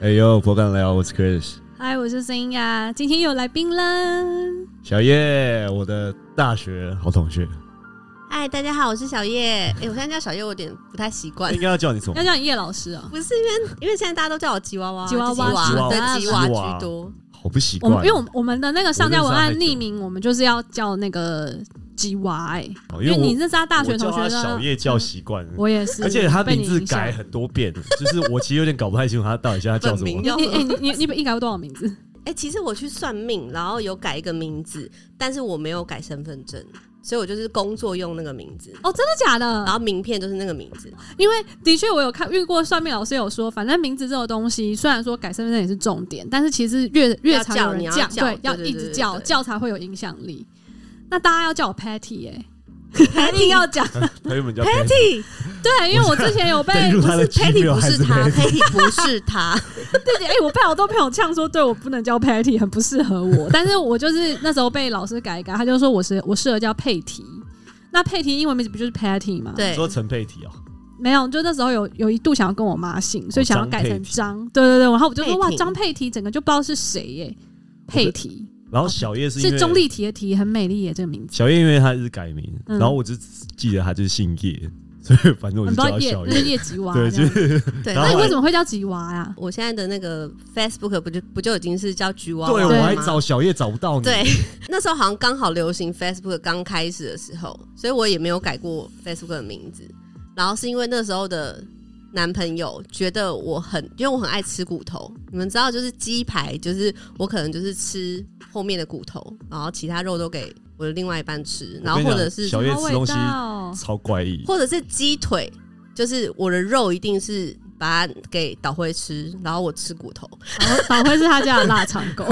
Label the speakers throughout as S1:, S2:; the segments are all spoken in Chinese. S1: 哎呦，佛干聊，我是 Chris，
S2: 嗨，我是森雅，今天有来宾啦！
S1: 小叶，我的大学好同学，
S3: 嗨，大家好，我是小叶。哎、我现在叫小叶，我有点不太习惯
S2: 哎
S1: 应。该要叫你什么
S2: 要？叫你叶老师哦、
S3: 不是因为，因为现在大家都叫我吉娃娃，
S2: 吉娃娃
S3: 吉娃
S1: 吉
S2: 娃
S3: 对，吉
S1: 吉娃
S3: 娃
S1: 娃
S3: 居多。
S1: 好不习
S2: 我
S1: 惯
S2: 们
S1: 哦，
S2: 因为我们我们的那个上架文案
S1: 我认识他很久
S2: 匿名，我们就是要叫那个吉娃、欸，
S1: 哦
S2: 因为你
S1: 我
S2: 认识他大学同
S1: 我
S2: 学
S1: 叫他
S2: 的
S1: 小叶叫习惯，
S2: 我也是，
S1: 而且他
S2: 被
S1: 名
S2: 你
S1: 字
S2: 影响
S1: 改。很多遍，就是我其实有点搞不太清楚他到底现在叫什
S3: 本
S1: 么
S3: 名。
S2: 你你你你你你改过多少名字？
S3: 哎、其实我去算命，然后有改一个名字，但是我没有改身份证，所以我就是工作用那个名字，
S2: 哦，真的假的
S3: 然？后名片就是那个名字。
S2: 因为的确，我有看遇过算命老师有说，反正名字这个东西，虽然说改身份证也是重点，但是其实越越常有人
S3: 要
S2: 叫，
S3: 叫你要
S2: 对，要
S3: 叫对对
S2: 一直
S3: 对
S2: 叫，
S3: 对对
S2: 叫才会有影响力。那大家要叫我 Patty 哎、
S3: 还
S2: 一定 要讲，
S1: 朋友们叫 Patty，
S2: 对，因为我之前有被
S1: 登入他的 Gmail
S3: 不
S1: 还
S3: 是
S1: 是
S3: 他
S1: Patty？
S3: ，Patty 不 是他，
S2: 对哎、我被好多朋友呛说，对我不能叫 Patty，很不适合我。但是我就是那时候被老师改一改，他就说我是我适合叫佩提。那佩提英文名字不就是 Patty 吗？，
S3: 对，
S1: 说陈佩提哦，
S2: 没有，就那时候有有一度想要跟我妈姓，所以想要改成
S1: 张佩提
S2: 张。对对对，然后我就说
S3: 佩
S2: 哇，
S3: 提
S2: 张佩提整个就不知道是谁耶。佩提
S1: 然后小叶是因为
S2: 哦是中立体的体，很美丽耶，这个名字。
S1: 小叶因为他是改名，
S2: 嗯
S1: 然后我就记得他就是姓叶，所以反正我就
S2: 你知
S1: 叫
S2: 道
S1: 他
S2: 叶
S1: 小
S2: 那是
S1: 叶。
S2: 叶吉娃，
S1: 对，就
S2: 这样
S1: 是
S3: 对。
S1: 然
S2: 那
S1: 后
S2: 你
S1: 还
S2: 为什么会叫吉娃呀？
S3: 我现在的那个 Facebook 不就不就已经是叫橘娃娃
S1: 对
S3: 了
S1: 我
S3: 吗？
S1: 还找小叶找不到你，
S3: 对，那时候好像刚好流行 Facebook 刚开始的时候，所以我也没有改过 Facebook 的名字。然后是因为那时候的男朋友觉得我很，因为我很爱吃骨头，你们知道，就是鸡排，就是我可能就是吃后面的骨头，然后其他肉都给我的另外一半吃，然后
S1: 我跟你
S3: 或
S1: 讲
S3: 者是
S1: 小叶
S2: 什么
S1: 吃
S2: 味
S1: 东西
S2: 道
S1: 超怪 异，
S3: 或者是鸡腿，就是我的肉一定是把它给导辉吃，然后我吃骨头，
S2: 导会是他家的腊肠狗，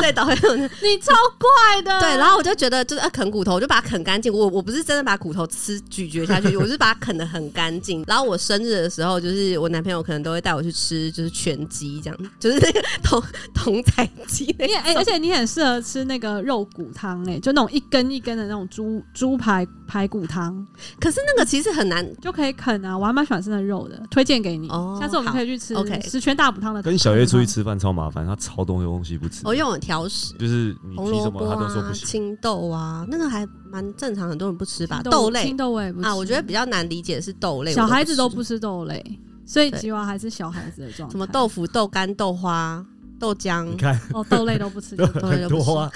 S3: 对，导辉
S2: 你超怪的。
S3: 对，然后我就觉得就是、呃、啃骨头，我就把它啃干净。我我不是真的把骨头吃咀嚼下去，我 是把它啃得很干净。然后我生日的时候，就是我男朋友可能都会带我去吃，就是全鸡这样，就是那个童童仔鸡那
S2: 你也 哎、而且你很适合吃那个肉骨汤哎、就那种一根一根的那种猪猪排排骨汤，
S3: 可是那个其实很难，
S2: 就可以啃啊。我还蛮喜欢吃那肉的，推荐给你。
S3: 哦
S2: 下次我们可以去吃
S3: 好，OK
S2: 十全大补汤啊的。
S1: 跟小叶出去，吃饭超麻烦，他超多东西不吃，
S3: 哦我因为我很挑食。
S1: 就是你
S3: 红
S1: 提什
S3: 萝卜
S1: 么他都说
S3: 啊
S1: 不，行。
S3: 青豆啊，那个还蛮正常，很多人不吃吧。
S2: 青
S3: 豆类
S2: 青豆我也不吃
S3: 啊，我觉得比较难理解的是豆类，
S2: 小
S3: 我
S2: 孩子都
S3: 吃
S2: 不吃豆类，所以
S3: 对
S2: 吉娃还是小孩子的状态。
S3: 什么豆腐、豆干、豆花、豆浆
S1: 你，看
S2: 哦，豆类都不 吃。
S3: 豆类
S1: 很
S3: 都不 吃
S1: 多啊。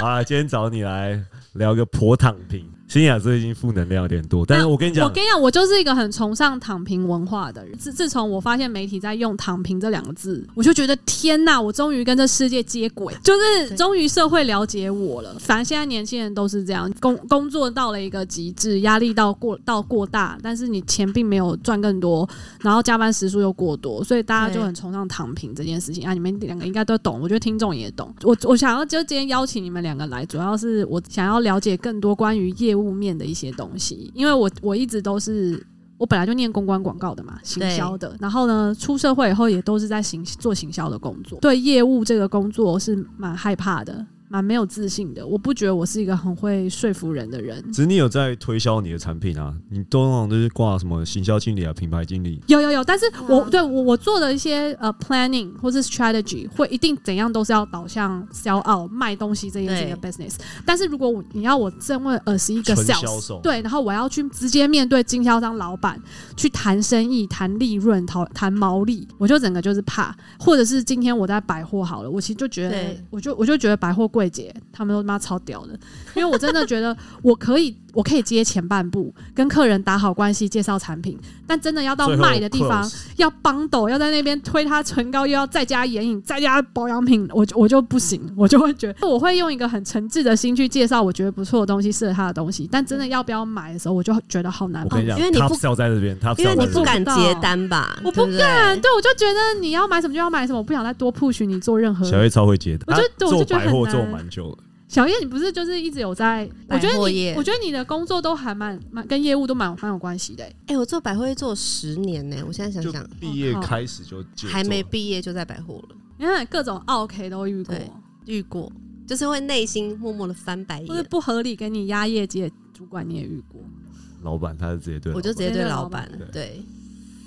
S1: 好啦，今天找你来聊个婆躺平。新雅最近负能量有点多，但是我跟你
S2: 我
S1: 讲，
S2: 跟你讲，我就是一个很崇尚躺平文化的人。自自从我发现媒体在用“躺平”这两个字，我就觉得天呐，我终于跟这世界接 轨，就是
S3: 对
S2: 终于社会了解我了。反正现在年轻人都是这样，工工作到了一个极致，压力到过到过大，但是你钱并没有赚更多，然后加班时数又过多，所以大家就
S3: 对
S2: 很崇尚躺平这件事情啊。你们两个应该都懂，我觉得听众也懂。我我想要就今天邀请你们两个来，主要是我想要了解更多关于业务面的一些东西，因为我我一直都是。我本来就念公关广告的嘛，行销的，然后呢，出社会以后也都是在行做行销的工作，对业务这个工作是蛮害怕的，蛮没有自信的。我不觉得我是一个很会说服人的人，
S1: 只是你有在推销你的产品啊，你通常都是挂什么行销经理啊、品牌经理，
S2: 有有有，但是
S3: 对
S2: 我
S3: 啊
S2: 对我我做的一些呃 planning 或是 strategy 会一定怎样都是要导向 sell out 卖东西这件事情的 business。但是如果我你要我身为二十一个
S1: 纯
S2: sales，
S1: 销售
S2: 对，然后我要去直接面对经销商老板去谈生意、谈利润、谈谈毛利，我就整个就是怕。或者是今天我在百货好了，我其实就觉得
S3: 对，
S2: 我就我就觉得百货柜姐他们都他妈超屌的，因为我真的觉得我可以我可以接前半部，跟客人打好关系，介绍产品，但真的要到
S1: 最后
S2: 卖的地方
S1: close
S2: 要帮抖，要在那边推他唇膏，又要再加眼影，再加保养品，我就我就不
S1: 嗯
S2: 行，我就会觉得我会用一个很诚挚的心去介绍我觉得不错的东西，适合他的东西，但真的要不要买的时候，我就觉得好难
S1: 我跟你讲，
S3: 哦因为你不
S1: top sell 在这边，他
S3: 因为你不敢
S2: 我不知道
S3: 接单吧？
S2: 我不
S3: 对对
S2: 嗯，对，我就觉得你要买什么就要买什么，我不想再多 push 你做任何。
S1: 小叶超会接的，
S2: 我就
S1: 他
S2: 我就
S1: 做
S2: 觉得
S1: 百货
S2: 很难
S1: 做蛮久
S3: 哦
S1: 了，
S2: 小叶，你不是就是一直有在？我觉
S3: 百
S2: 得
S3: 货
S2: 你
S3: 业，
S2: 我觉得你的工作都还蛮蛮跟业务都蛮蛮有关系的欸、
S3: 哎、我做百货业做十年呢、我现在想
S1: 就
S3: 想，
S1: 毕业开始就就
S3: 还没
S1: 做了
S3: 毕业就在百货了，
S2: 你看各种 OK 都遇过，
S3: 对遇过，就是会内心默默的翻白
S2: 或是
S1: 啊
S3: 眼，
S2: 不合理给你压业绩的主管你也遇过。
S1: 老板，他是直接对老板，
S3: 我就直接对老
S2: 直
S3: 板
S1: 接对老板，啊
S3: 对，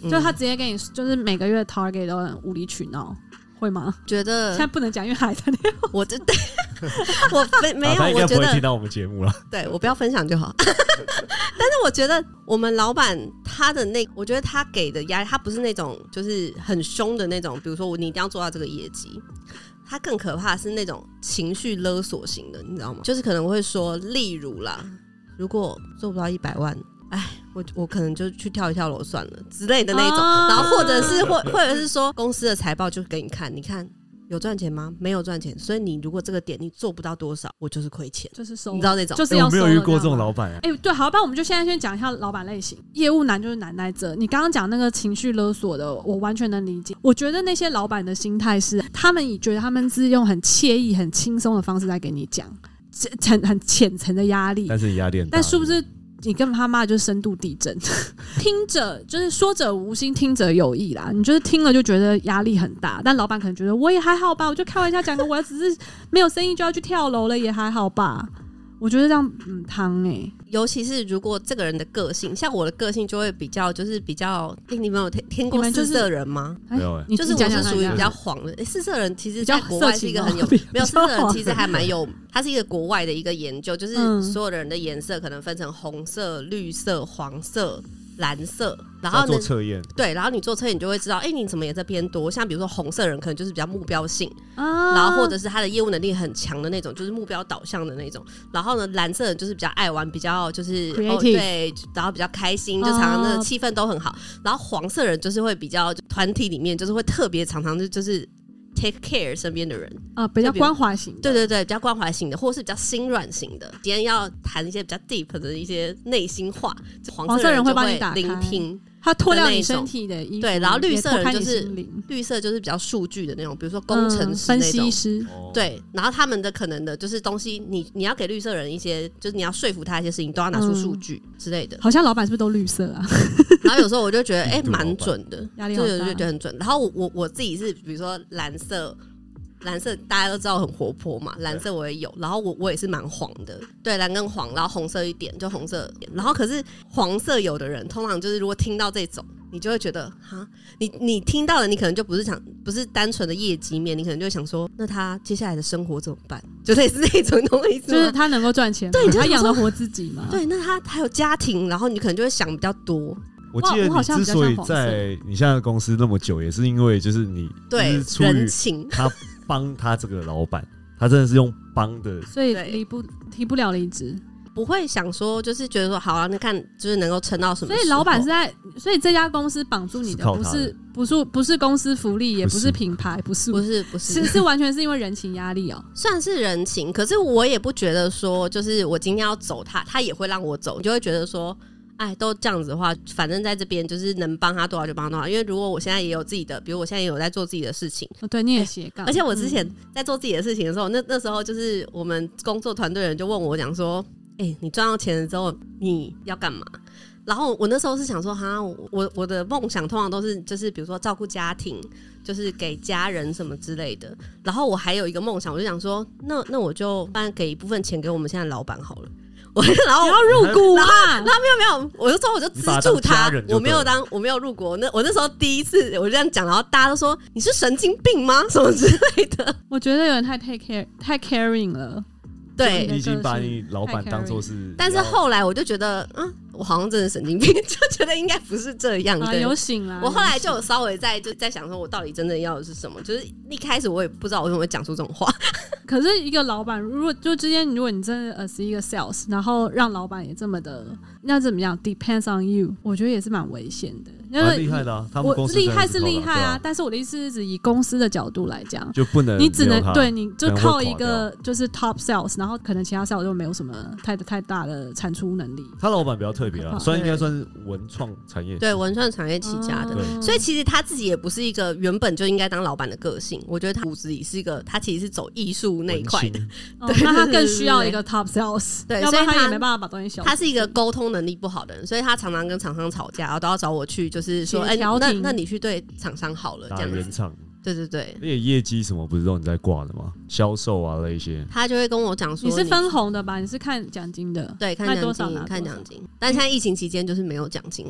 S3: 嗯
S2: 就他直接给你，就是每个月 target 都很无理取闹，会吗？
S3: 觉得
S2: 现在不能讲，因为还在那边。
S3: 我这 我 分没
S1: 啊他
S3: 有，
S1: 应该
S3: 我觉
S1: 不会听
S3: 得
S1: 到我们节目了。
S3: 对我不要分享就好。但 是我觉得我们老板他的那，我觉得他给的压力，他不是那种就是很凶的那种，比如说我你一定要做到这个业绩。他更可怕的是那种情绪勒索型的，你知道吗？就是可能会说，例如啦，如果做不到一百万，哎，我我可能就去跳一跳楼算了之类的那一种，
S2: 哦
S3: 然后或者是或或者是说公司的财报就给你看，你看有赚钱吗？没有赚钱，所以你如果这个点你做不到多少，我就是亏钱，
S2: 就是收
S3: 你知，道那种。
S2: 就是
S1: 欸
S2: 要
S1: 我没
S2: 收
S1: 有
S2: 了
S1: 遇过这
S2: 样
S1: 种
S2: 吗
S1: 老板、欸，
S2: 哎、对，好，不然我们就现在先讲一下老板类型。业务难就是难在这，你刚刚讲那个情绪勒索的，我完全能理解。我觉得那些老板的心态是，他们也觉得他们是用很惬意、很轻松的方式在给你讲，这很很浅层的压力。
S1: 但是压力很大。
S2: 但是不是你跟他妈就是深度地震？ 听者就是说者无心，听者有意啦。你就是听了就觉得压力很大，但老板可能觉得我也还好吧，我就开玩笑讲个，我只是没有生意就要去跳楼了，也还好吧。我觉得这样嗯汤哎、
S3: 尤其是如果这个人的个性，像我的个性就会比较，就是比较，诶你们有听听
S2: 你
S3: 过
S2: 们就
S3: 四
S2: 是
S3: 色人吗？
S2: 哎
S1: 没有欸
S2: 你
S3: 就
S2: 你
S3: 是
S2: 讲
S3: 我
S2: 讲
S3: 是
S2: 看
S3: 属于
S2: 看
S3: 比较黄的，诶四色人其实
S2: 比较
S3: 在国外
S2: 色
S3: 是
S2: 情
S3: 一个
S2: 吗
S3: 很有
S2: 比较
S3: 没有四色
S2: 黄
S3: 人其实还蛮有，它是一个国外的一个研究，就是
S2: 嗯
S3: 所有的人的颜色可能分成红色、绿色、黄色、蓝色，
S1: 然
S3: 然后
S1: 后
S3: 呢
S1: 做，测验，
S3: 对，然后你做测验你就会知道，哎，你怎么颜色偏多？像比如说红色人可能就是比较目标性，
S2: 啊
S3: 然后或者是他的业务能力很强的那种，就是目标导向的那种。然后呢，蓝色人就是比较爱玩，比较就是哦
S2: Creative
S3: 对，然后比较开心，就常常那
S2: 哦
S3: 个气氛都很好。然后黄色人就是会比较团体里面就是会特别常常就就是 take care 身边的人，
S2: 啊比较
S3: 就比如
S2: 关怀型的，
S3: 对对对，比较关怀型的，或者是比较心软型的。今天要谈一些比较 deep 的一些内心话，黄
S2: 色人
S3: 人
S2: 会
S3: 就
S2: 帮你打
S3: 聆
S2: 开
S3: 听。
S2: 他脱掉
S3: 的那
S2: 你
S3: 一种
S2: 身体的衣服，
S3: 对然后绿
S2: 也
S3: 色
S2: 拓
S3: 人
S2: 开
S3: 就
S2: 你
S3: 是
S2: 心灵
S3: 绿色就是比较数据的那种，比如说工程
S2: 嗯
S3: 师
S2: 分
S3: 那
S2: 析，
S3: 种
S2: 师，
S1: 哦
S3: 对，然后他们的可能的就是东西，你你要给绿色人一些，就是你要说服他一些事情，都要拿出数
S1: 嗯
S3: 据之类的。
S2: 好像老板是不是都绿色啊？
S3: 然后有时候我就觉得，哎、
S1: 印度老
S3: 蛮
S1: 板
S3: 准的，
S2: 压力
S3: 就
S2: 好
S3: 有时候
S2: 大
S3: 就觉得很准。然后我我我自己是，比如说蓝色。蓝色大家都知道很活泼嘛，蓝色我也有，然后我我也是蛮黄的，对，蓝跟黄，然后红色一点，就红色一点，然后可是黄色有的人通常就是如果听到这种，你就会觉得哈，你你听到了，你可能就不是想不是单纯的业绩面，你可能就会想说，那他接下来的生活怎么办？就类似那种，你懂我意思
S2: 就
S3: 吗？
S2: 是他能够赚钱吗，
S3: 对你就
S2: 他
S3: 想
S2: 养
S3: 说
S2: 得活自己嘛？
S3: 对，那他还有家庭，然后你可能就会想比较多，
S1: 我记得
S2: 我好
S1: 你
S2: 像比
S1: 之
S2: 较
S1: 所以
S2: 像黄色
S1: 在你现在的公司那么久，也是因为就是你就
S3: 对
S1: 是，出于
S3: 人情，
S1: 他帮他这个老板，他真的是用帮 的，
S2: 所以
S3: 对
S2: 离不提不了离职，
S3: 不会想说，就是觉得说好啊，那看就是能够撑到什么
S2: 所
S3: 时候。
S2: 以老板是在，所以这家公司绑住你的
S1: 是靠
S2: 不
S1: 他
S2: 是不是不是公司福利，也
S1: 不
S2: 不
S1: 是
S2: 是品牌，不是
S3: 不是不是
S2: 是是完全是因为人情压力哦。
S3: 算是人情，可是我也不觉得说，就是我今天要走他，他也会让我走，你就会觉得说。哎，都这样子的话，反正在这边就是能帮他多少就帮他多少。因为如果我现在也有自己的，比如我现在也有在做自己的事情，
S2: 哦对，你也斜
S1: 啊
S2: 杠，
S3: 而且我之
S2: 嗯
S3: 前在做自己的事情的时候，那那时候就是我们工作团队的人就问我讲说：“哎、你赚到钱了之后你要干嘛？”然后我那时候是想说：“哈，我我我的梦想通常都是就是比如说照顾家庭，就是给家人什么之类的。然后我还有一个梦想，我就想说，那那我就不然给一部分钱给我们现在的老板好了。 我然后
S2: 你要入股啊，
S3: 没有，我就说我就资
S1: 你把他
S3: 助
S1: 当家
S3: 他
S1: 人，就对了
S3: 我没有当，我没有入国。那我那时候第一次我就这样讲，然后大家都说你是神经病吗？什么之类的。
S2: 我觉得有点太 take care 太 caring 了。
S3: 对，
S1: 你已经把你老板当做是，
S3: 但是后来我就觉得，嗯，我好像真的神经病， 就觉得应该不是这样。
S2: 啊，
S3: 对，
S2: 有醒了。
S3: 我后
S2: 有
S3: 来
S2: 醒
S3: 就有稍微在就在想说，我到底真的要的是什么？就是一开始我也不知道我为什么会讲出这种 话，
S2: 可是一个老板，如果就之间，如果你真的呃是一个 sales，然后让老板也这么的，那怎么样？Depends on you，我觉得也是蛮危险的。因为
S1: 蛮厉害的、啊，他们
S2: 我
S1: 公司
S2: 厉
S1: 真的
S2: 害
S1: 是
S2: 是
S1: 靠
S2: 厉害
S1: 他
S2: 啊，，但是我的意思是指以公司的角度来讲，
S1: 对就不能
S2: 你只能
S1: 留他
S2: 对，你就
S1: 可能会
S2: 靠一
S1: 垮
S2: 个就是 top sales，然后可能其他 sales 就没有什么太太大的产出能力。
S1: 他老板比较特别
S2: 很可
S1: 啊，
S2: 怕
S1: 算应该算是文创产业，
S3: 对文创产业起家的。
S1: 对
S3: 嗯所以其实他自己也不是一个原本就应该当老板的个性，我觉得他骨子里是一个，他其实是走艺术那一
S1: 文
S3: 块
S1: 青
S3: 的，
S2: 哦
S3: 对
S2: 那他
S3: 对
S2: 更
S3: 对
S2: 需要一个 top sales，
S3: 对
S2: 要不然
S3: 所以
S2: 他也
S3: 他
S2: 没办法把东西销售。
S3: 他是一个沟通能力不好的人，所以他常常跟厂商吵架，然后都要找我去，就是说，
S2: 协
S3: 哎、
S2: 调
S3: 那
S2: 停
S3: 那你去对厂商好了，这
S1: 打
S3: 样
S1: 原
S3: 子，
S1: 厂，
S3: 对对对
S1: 而，且业绩什么不是都你在挂的吗？销售啊那一些，
S3: 他就会跟我讲说，
S2: 你是分红的吧？你是看奖金的，
S3: 对，看
S2: 卖
S3: 奖
S2: 多少拿
S3: 金，看
S2: 多少
S3: 奖金。但现在疫情期间就是没有奖金，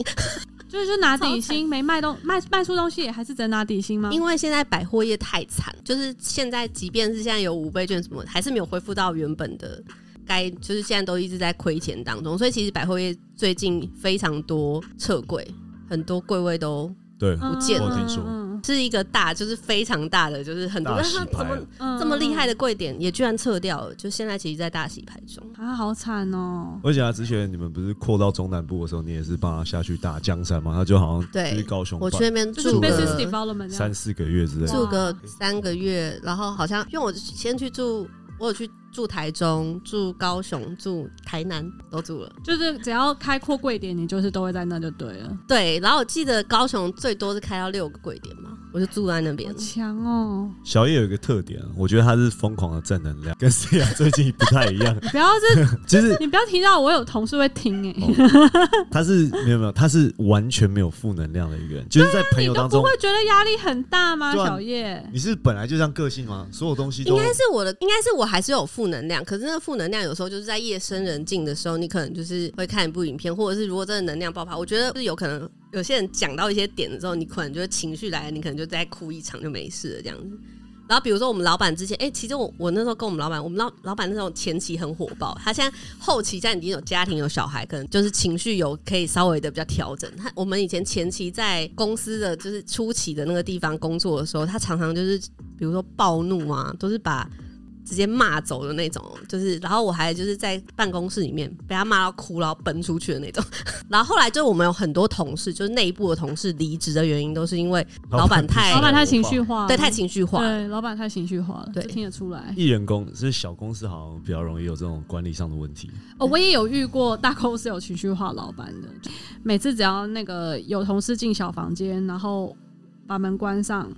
S2: 就是就拿
S3: 超
S2: 底
S3: 惨
S2: 薪没卖东卖卖出东西，也还是只能拿底薪吗？
S3: 因为现在百货业太惨，就是现在即便是现在有五倍券什么，还是没有恢复到原本的该，就是现在都一直在亏钱当中。所以其实百货业最近非常多撤柜，很多柜位都
S1: 对，
S2: 嗯
S3: 不见
S1: 了我听说
S2: 嗯
S3: 是一个大，就是非常大的，就是很多
S1: 大
S3: 但
S1: 洗
S3: 是
S1: 牌啊
S3: 怎么
S2: 嗯
S3: 这么厉害的柜点也居然撤掉了？就现在其实，在大洗牌中。
S2: 啊，好惨哦！
S1: 而且啊，之前你们不是扩到中南部的时候，你也是帮他下去打江山嘛？他就好像
S3: 对
S1: 去高雄
S3: 我
S1: 办
S3: 去那边
S2: 就是
S3: 住
S2: business
S3: 了
S2: development 这样
S1: 三四个月之类的。
S3: 住个三个月，然后好像因为我先去住，我有去住台中、住高雄、住台南都住了。
S2: 就是只要开阔柜点，你就是都会在那就对了，
S3: 对，然后我记得高雄最多是开到六个柜点嘛，我就住在那边
S2: 好。强哦！
S1: 小叶有一个特点、啊，我觉得他是疯狂的正能量，跟 C 亚最近不太一样。
S2: 你不要这，
S1: 其实
S2: 你不要提到我有同事会听哎、
S1: 哦他是没有没有，他是完全没有负能量的一个人，就是在朋
S2: 你
S1: 友
S2: 都
S1: 当
S2: 不
S1: 中，
S3: 啊
S2: 会觉得压力很大吗？
S1: 对啊
S2: 小叶，
S1: 你是本来就这样个性吗？所有东西
S3: 应
S1: 都
S3: 该是我的，应该是我还是有负能量，可是那个负能量有时候就是在夜深人静的时候，你可能就是会看一部影片，或者是如果真的能量爆发，我觉得就是有可能有些人讲到一些点的时候，你可能就会情绪来了，你可能就再哭一场就没事了这样子。然后比如说我们老板之前，哎、其实我我那时候跟我们老板，我们老老板那时候前期很火爆，他现在后期在已经有家庭有小孩，可能就是情绪有可以稍微的比较调整。他我们以前前期在公司的就是初期的那个地方工作的时候，他常常就是比如说暴怒啊，都是把直接骂走的那种，就是，然后我还就是在办公室里面被他骂到哭，然后奔出去的那种。 然后后来就我们有很多同事，就是内部的同事离职的原因，都是因为老板太
S2: 老板太情绪化了，
S3: 对太情绪化了。
S2: 嗯对，老板太情绪化了，
S3: 对
S2: 这听得出来。
S1: 艺人公是小公司，好像比较容易有这种管理上的问题。
S2: 哦，我也有遇过大公司有情绪化老板的，每次只要那个有同事进小房间，然后把门关上，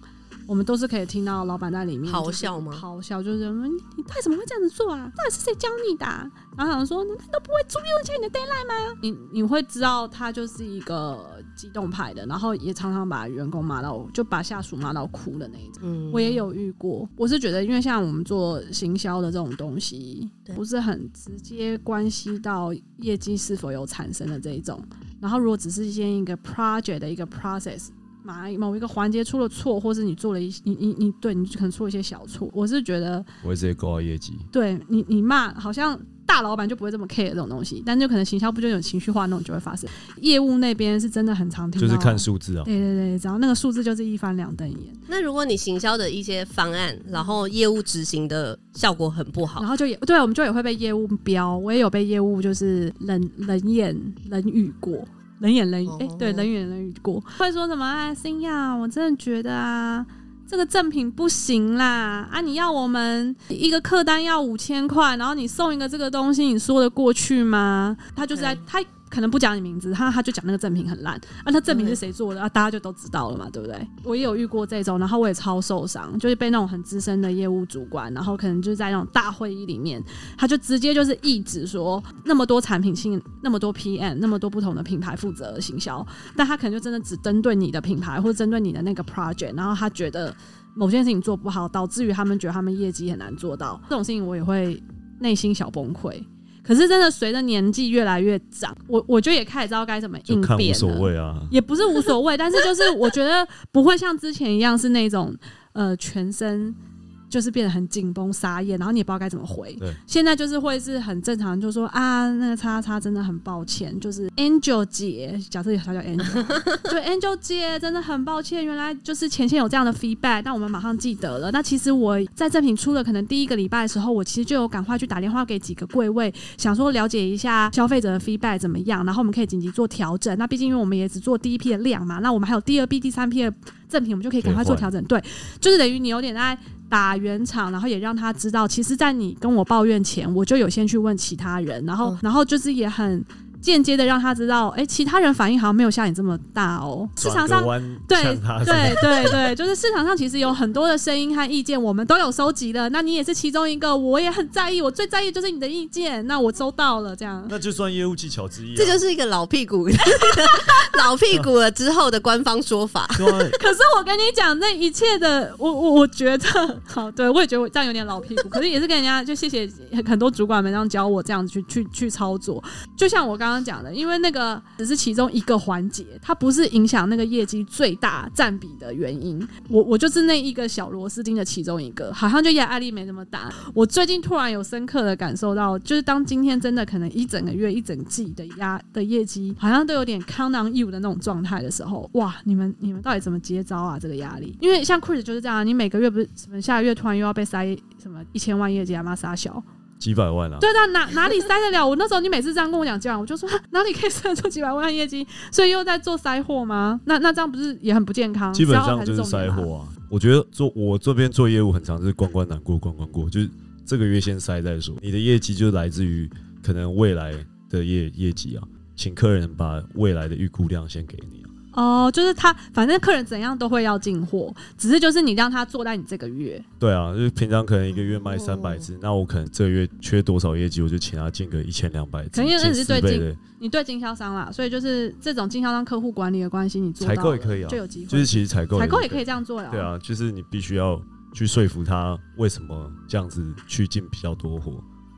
S2: 我们都是可以听到老板在里面
S3: 咆
S2: 就是
S3: 哮吗
S2: 咆哮就是嗯你到底怎么会这样子做啊？到底是谁教你的啊、然后想说，难道都不会注意一下你的 deadline 吗？你你会知道他就是一个激动派的，然后也常常把员工骂到，就把下属骂到哭的那一种。
S3: 嗯
S2: 我也有遇过，我是觉得，因为像我们做行销的这种东西
S3: 对，
S2: 不是很直接关系到业绩是否有产生的这一种。然后，如果只是先一个 project 的一个 process，某某一个环节出了错，或是你做了一你你你对你可能出了一些小错，我是觉得，
S1: 我会直接勾到业绩，
S2: 对你你骂好像大老板就不会这么 care 这种东西，但就可能行销部就有情绪化那种就会发生。业务那边是真的很常听
S1: 就
S2: 到，
S1: 是看数字啊。
S2: 对对对，只要那个数字就是一翻两瞪眼。
S3: 那如果你行销的一些方案，然后业务执行的效果很不好
S2: 然，后就也对，啊我们就也会被业务标，我也有被业务就是冷冷眼冷语过。冷眼冷语，哎、
S3: 哦
S2: 对，冷眼冷语过，会说什么？哎，新亚，我真的觉得啊，这个赠品不行啦！啊，你要我们一个客单要五千块，然后你送一个这个东西，你说得过去吗？他就是在
S3: 对
S2: 他可能不讲你名字，他他就讲那个赠品很烂，啊，他赠品是谁做的啊？大家就都知道了嘛，对不对？我也有遇过这种，然后我也超受伤，就是被那种很资深的业务主管，然后可能就是在那种大会议里面，他就直接就是一直说那么多产品性，那么多 PM，那么多不同的品牌负责行销，但他可能就真的只针对你的品牌或者针对你的那个 project，然后他觉得某件事情做不好，导致于他们觉得他们业绩很难做到，这种事情我也会内心小崩溃。可是真的随着年纪越来越长，我我就也开始知道该怎么
S1: 就
S2: 应
S1: 看无
S2: 变
S1: 所
S2: 了。
S1: 谓啊，
S2: 也不是无所谓，但是就是我觉得不会像之前一样是那种呃全身就是变得很紧绷、沙眼，然后你也不知道该怎么回
S1: 对。
S2: 现在就是会是很正常，就说啊，那个叉叉真的很抱歉，就是 Angel 姐，假设她叫 Angel，就 Angel 姐真的很抱歉，原来就是前线有这样的 feedback，但我们马上记得了。那其实我在正品出了可能第一个礼拜的时候，我其实就有赶快去打电话给几个柜位，想说了解一下消费者的 feedback 怎么样，然后我们可以紧急做调整。那毕竟因为我们也只做第一批的量嘛，那我们还有第二批、第三批的赠品，我们就可以赶快做调整。对，就是等于你有点 在打圆场，然后也让他知道，其实，在你跟我抱怨前，我就有先去问其他人，然后，
S3: 嗯
S2: 然后就是也很。间接的让他知道，哎、其他人反应好像没有像你这么大哦。市场
S1: 转
S2: 上
S1: 个弯啊
S2: 对
S1: 呛他
S2: 对对对， 就是市场上其实有很多的声音和意见，我们都有收集的。那你也是其中一个，我也很在意，我最在意的就是你的意见。那我收到了，这样。
S1: 那就算业务技巧之一啊。
S3: 这就是一个老屁股， 老屁股了之后的官方说法。
S1: 对
S2: 可是我跟你讲，那一切的，我我我觉得， 好，对我也觉得我这样有点老屁股，可是也是跟人家就谢谢很多主管们这样教我这样去去去操作。就像我刚刚刚讲的，因为那个只是其中一个环节，它不是影响那个业绩最大占比的原因。我我就是那一个小螺丝钉的其中一个，好像就压力没那么大。我最近突然有深刻的感受到，就是当今天真的可能一整个月、一整季的压的业绩，好像都有点 count on you 的那种状态的时候，哇，你们你们到底怎么接招啊？这个压力，因为像 Chris 就是这样啊，你每个月不是什么下个月突然又要被塞什么一千万业绩啊，妈 傻小，
S1: 几百万啊，
S2: 对的，哪哪里塞得了？我那时候你每次这样跟我讲几百万，我就说哈啊哪里可以塞出几百万业绩？所以又在做塞货吗？那那这样不是也很不健康？
S1: 基本
S2: 塞货
S1: 上
S2: 才
S1: 就是
S2: 重点
S1: 塞
S2: 啊。
S1: 货啊。我觉得做我这边做业务很常就是关关难过关关过，就是这个月先塞再说。你的业绩就来自于可能未来的业业绩啊，请客人把未来的预估量先给你啊。
S2: 哦，就是他，反正客人怎样都会要进货，只是就是你让他做在你这个月。
S1: 对啊，就是平常可能一个月卖
S3: 哦
S1: 三百只，那我可能这个月缺多少业绩，我就请他进个一千两百只，
S2: 可能因为那只是
S1: 进四倍
S2: 对
S1: 的，
S2: 你对经销商啦，所以就是这种经销商客户管理的关系，你做到
S1: 采购
S2: 了
S1: 也可以啊
S2: 就有机会。
S1: 就是其实采购
S2: 采购也可以
S1: 以，
S2: 这样做呀。
S1: 对，啊，就是你必须要去说服他为什么这样子去进比较多货。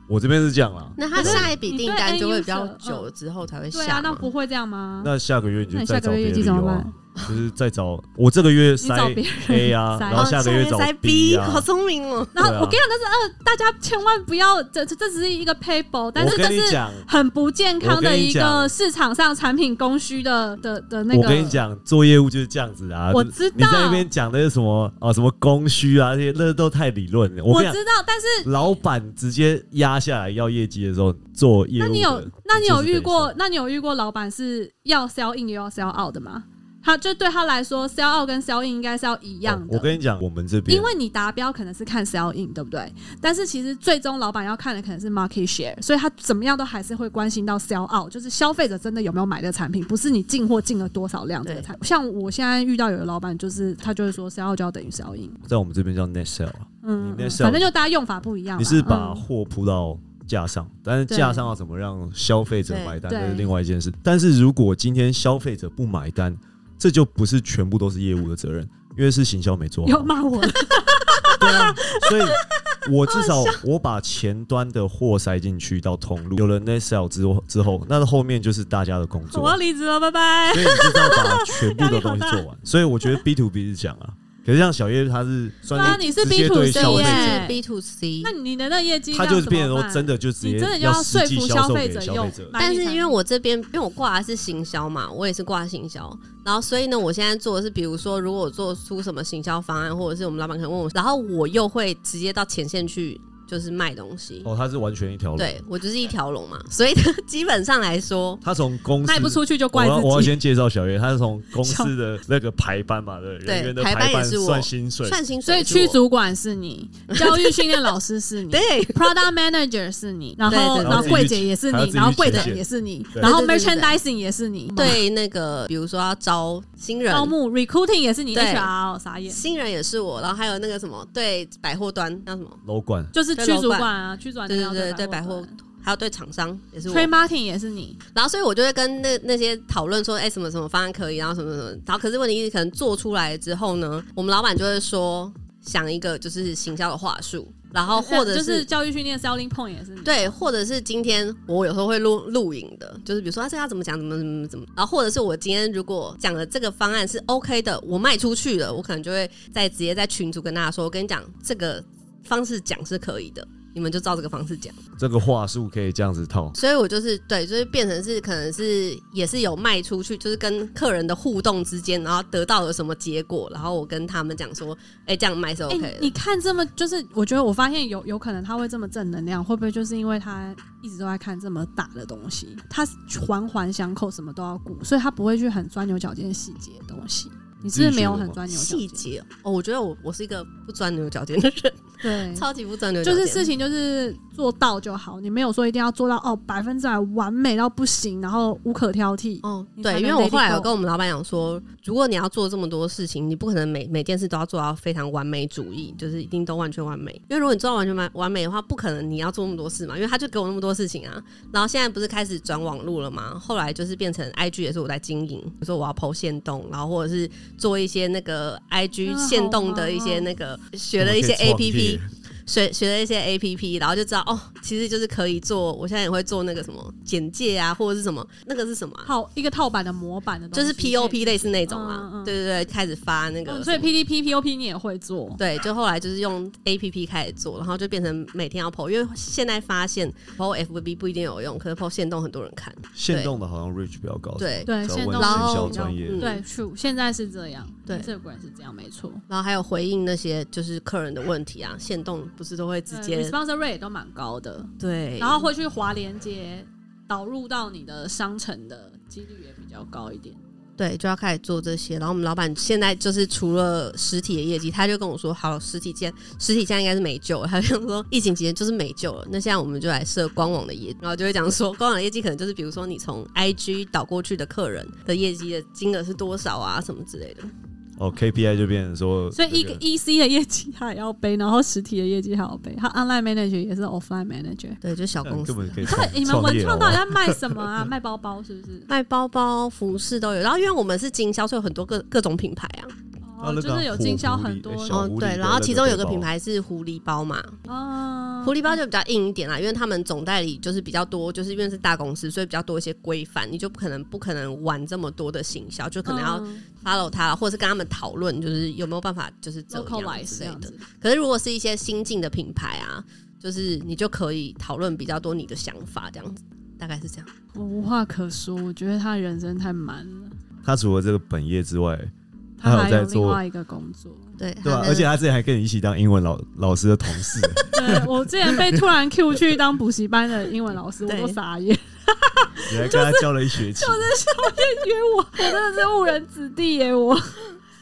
S1: 我这边是这样啦，
S3: 那他
S1: 对
S3: 下一笔订单就会比较
S2: 你对哎 end user，
S3: 久之后才
S2: 嗯
S3: 会
S2: 对
S3: 下
S2: 啊，那
S3: 嘛。
S2: 不会这样吗？
S1: 那下个月你
S2: 那
S1: 就
S2: 你
S1: 再
S2: 下
S1: 找
S2: 个月
S1: 别
S2: 业
S1: 的理
S2: 绩怎么
S1: 由啊
S2: 办？，
S1: 就是再找我这个月
S2: 你
S1: 塞
S2: 找别
S1: A
S2: 人
S1: 啊，
S2: 塞
S1: 然后下个月找
S3: 塞
S1: B 啊
S3: 好。聪明哦！
S2: 然后
S1: 对啊
S2: 我跟你讲，那是二，大家千万不要，这这这只是一个 paper，但
S1: 我
S2: 是这
S1: 跟你
S2: 是
S1: 讲，
S2: 很不健康的
S1: 我跟
S2: 一个
S1: 你讲
S2: 市场上产品供需的的的那
S1: 我
S2: 个。
S1: 跟你，讲，做业务就是这样子啊。
S2: 我
S1: 就是
S2: 知道
S1: 你在那边讲的是什么啊？什么供需啊，这些那都太理论了。我
S2: 我
S1: 跟你
S2: 知道，但是
S1: 讲，老板直接压下来要业绩的时候，做业务
S2: 那
S1: 的
S2: 你有那你有
S1: 就是
S2: 遇
S1: 得
S2: 过那你有遇过老板是要 sell in 又要 sell out 的吗？他就对他来说，sell out 跟 sell in 应该是要一
S1: 这样
S2: 样
S1: 哦我
S2: 的。
S1: 跟你讲，我们这边
S2: 因为你达标可能是看 sell in，对不对？但是其实最终老板要看的可能是 market share，所以他怎么样都还是会关心到 sell out，就是消费者真的有没有买这个产品，不是你进货进了多少量这个
S3: 对
S2: 产品。像我现在遇到有的老板，就是他就会说 sell out 就要等于 sell in，
S1: 在我们这边叫 net sell 啊，
S2: 嗯，
S1: 你那
S2: 嗯
S1: 时候
S2: 反正就大家用法不一样啦。
S1: 你是把
S2: 嗯
S1: 货铺到架上，但是
S2: 对
S1: 架上要怎么让消费者买单，
S2: 对
S1: 那是另外一件事。但是如果今天消费者不买单，这就不是全部都是业务的责任，因为是行销没做
S2: 又
S1: 好。
S2: 骂 我了，
S1: 对啊，所以我至少我把前端的货塞进去到通路，有了 net sell 之后之后，那后面就是大家的工作
S2: 我要。离职了，拜拜。
S1: 所以你就是要把全部
S2: 压力
S1: 的
S2: 好
S1: 东
S2: 大
S1: 西做完。所以我觉得 B to B 是这样啊，可是像小叶他是
S2: 对啊
S1: 算
S2: 你是
S1: 直接
S2: B2C
S1: 对
S2: 对
S1: 消
S3: 我
S1: 费
S3: 也
S1: 者
S2: 耶。
S3: 是 B to C，
S2: 那你的那业绩
S1: 他
S2: 这样
S1: 就是
S2: 怎么
S1: 变成说
S2: 办
S1: 真的就直
S2: 你
S1: 接
S2: 真的就要说
S1: 实际
S2: 服
S1: 销售
S2: 费
S1: 给消
S2: 用
S1: 费者，，
S2: 买
S3: 但
S2: 你
S3: 是
S2: 产
S3: 因为我这边，因为我挂的是行销嘛，我也是挂行销。然后，所以呢，我现在做的是，比如说，如果我做出什么行销方案，或者是我们老板可能问我，然后我又会直接到前线去，就是卖东西。
S1: 哦，他是完全一条龙。
S3: 对我就是一条龙嘛，所以 基本上来说，
S1: 他从公司
S2: 卖不出去就
S1: 我
S2: 怪
S1: 要我要
S2: 自己。
S1: 先介绍小叶，他是从公司的那个排班嘛，对
S3: 对
S1: 人员的
S3: 排班
S1: 班
S3: 也是我
S1: 算薪水，
S3: 算薪
S2: 所
S3: 水
S2: 以
S3: 是我
S2: 区主管 是你，教育训练老师是你。
S3: 对
S2: Product Manager 是你，然
S3: 对
S2: 后
S3: 对
S2: 然后
S1: 对
S2: 柜姐也是
S1: 还要
S2: 你
S1: 自，己
S2: 然后柜
S1: 去
S2: 长
S1: 写
S2: 也是你，
S1: 对
S2: 然后
S3: 对对对对
S2: Merchandising 也是你，
S3: 对那个，比如说要招新人，
S2: 招募 Recruiting 也是你
S3: 对
S2: ，HR 傻眼，
S3: 新人也是我，然后还有那个什么对百货端那什么，
S1: 楼管
S2: 就是
S3: 对
S2: 区主
S3: 老板
S2: 管啊，区主管
S3: 对
S2: 真的
S3: 对对
S2: 要
S3: 对百货
S2: 端，
S3: 还有对厂商也是我。
S2: Trade Marketing 也是你，
S3: 然后所以我就会跟那那些讨论说，哎、什么什么方案可以，然后什么什么，然后可是问题是，可能做出来之后呢，我们老板就会说想一个就是行销的话术，然后哦或 者。
S2: 就是是教育训练 Selling Point 也是你，
S3: 对，或者是今天我有时候会录录影的，就是比如说啊，这个要怎么讲，怎么怎么怎么，然后或者是我今天如果讲的这个方案是 OK 的，我卖出去了，我可能就会再直接在群组跟大家说，我跟你讲这个方式讲是可以的，你们就照这个方式讲。
S1: 这个话术可以这样子套，
S3: 所以我就是对，就是变成是可能是也是有卖出去，就是跟客人的互动之间，然后得到了什么结果，然后我跟他们讲说，哎、这样卖是
S2: 哎、
S3: OK 的。
S2: 你看这么就是，我觉得我发现有有可能他会这么正能量，会不会就是因为他一直都在看这么大的东西，他环环相扣，什么都要顾，所以他不会去很钻牛角尖细节的东西。你是不是没有很钻牛角
S3: 细
S2: 尖？
S3: 节哦，我觉得我我是一个不钻牛角尖的人，
S2: 对，
S3: 超级不钻牛角
S2: 就
S3: 尖。
S2: 是事情就是做到就好，你没有说一定要做到哦百分之百完美到不行，然后无可挑剔。
S3: 哦，
S2: 你才
S3: 对，因
S2: 能
S3: 为我
S2: let it
S3: 后来
S2: go
S3: 有跟我们老板讲说，如果你要做这么多事情，你不可能每每件事都要做到非常完美主义，就是一定都完全完美。因为如果你做到完全完完美的话，不可能你要做那么多事嘛，因为他就给我那么多事情啊。然后现在不是开始转网路了嘛，后来就是变成 IG 也是我在经营，比如说我要剖线动，然后或者是做一些那个
S2: 啊
S3: IG
S2: 好
S3: 线动的一
S2: 忙
S3: 些
S2: 哦
S3: 那个学了一些
S1: 我们可以创
S3: APP
S1: 业。
S3: 学学了一些 A P P，然后就知道哦，其实就是可以做。我现在也会做那个什么简介啊，或者是什么那个是什么啊、
S2: 套一个套版的模板的东
S3: 就
S2: 西，
S3: 是 P O P 类似那种
S2: 嗯嗯
S3: 啊
S2: 嗯。
S3: 对对对，开始发那个
S2: 嗯
S3: 什么，
S2: 所以 PDP、POP 你也会做，
S3: 对，就后来就是用 A P P 开始做，然后就变成每天要 PO，因为现在发现 PO F B 不一定有用，可是 PO 线动很多人看。
S1: 限动的好像 reach 比较高，，
S3: 对，
S2: 对，
S1: 找
S2: 现在
S1: 问行
S2: 都
S3: 然后
S1: 销专业，
S3: 嗯
S2: 对，true，现在是这样，
S3: 对
S2: 这果然是这样，没错。
S3: 然后还有回应那些就是客人的问题啊，线动不是都会直接
S2: sponsor 呃 rate 都蛮高的，
S3: 对，
S2: 然后会去划连接，导入到你的商城的几率也比较高一点。
S3: 对，就要开始做这些。然后我们老板现在就是除了实体的业绩，他就跟我说，好，实体店实体现在应该是没救了。他就说，疫情期间就是没救了。那现在我们就来设官网的业绩，然后就会讲说，官网的业绩可能就是比如说你从 IG 导过去的客人的业绩的金额是多少啊，什么之类的。
S1: 哦 KPI 就变成说，
S2: 嗯所以一个 EC 的业绩他也要背，然后实体的业绩还要背，他 online manager 也是 offline manager。
S3: 对，就小
S1: 这样
S3: 公司啊
S1: 根本可 以
S2: 他
S1: 创
S2: 们哎你们文创到
S1: 创
S2: 底
S3: 哦
S1: 业
S2: 在卖什么 啊？卖包包是不是？
S3: 卖包包、服饰都有。然后因为我们是经销，所以有很多各各种品牌啊。
S1: 啊
S2: 哦，
S1: 那个
S2: 就是有经销很多
S1: 狐狸小
S3: 哦，
S1: 狐狸
S3: 对，
S1: 的
S3: 然后
S1: 那
S3: 其
S1: 个
S3: 中
S1: 背
S3: 有个
S1: 包
S3: 品牌是狐狸包嘛，
S2: 哦，
S3: 狐狸包就比较硬一点啦，因为他们总代理就是比较多，就是因为是大公司，所以比较多一些规范，你就不可能不可能玩这么多的行销，就可能要
S2: 嗯
S3: follow 他，或者是跟他们讨论，就是有没有办法就是这样
S2: localize
S3: 之
S2: 这
S3: 类
S2: 样
S3: 的。
S2: 子。
S3: 可是如果是一些新进的品牌啊，就是你就可以讨论比较多你的想法，这样子大概是这样。
S2: 我无话可说，我觉得他人生太满了，
S1: 他除了这个本业之外，
S2: 他
S1: 他
S2: 还
S1: 有在
S2: 有另
S1: 做
S2: 外一个工作。
S3: 对，
S1: 对吧、
S3: 还有
S1: 而且他之前还跟你一起当英文老老师的同事，
S2: 对我之前被突然 Q 去当补习班的英文老师，我都
S3: 对
S2: 傻眼，
S1: 你还跟他教了一学 期，
S2: 因为我我真的是误人子弟耶，我。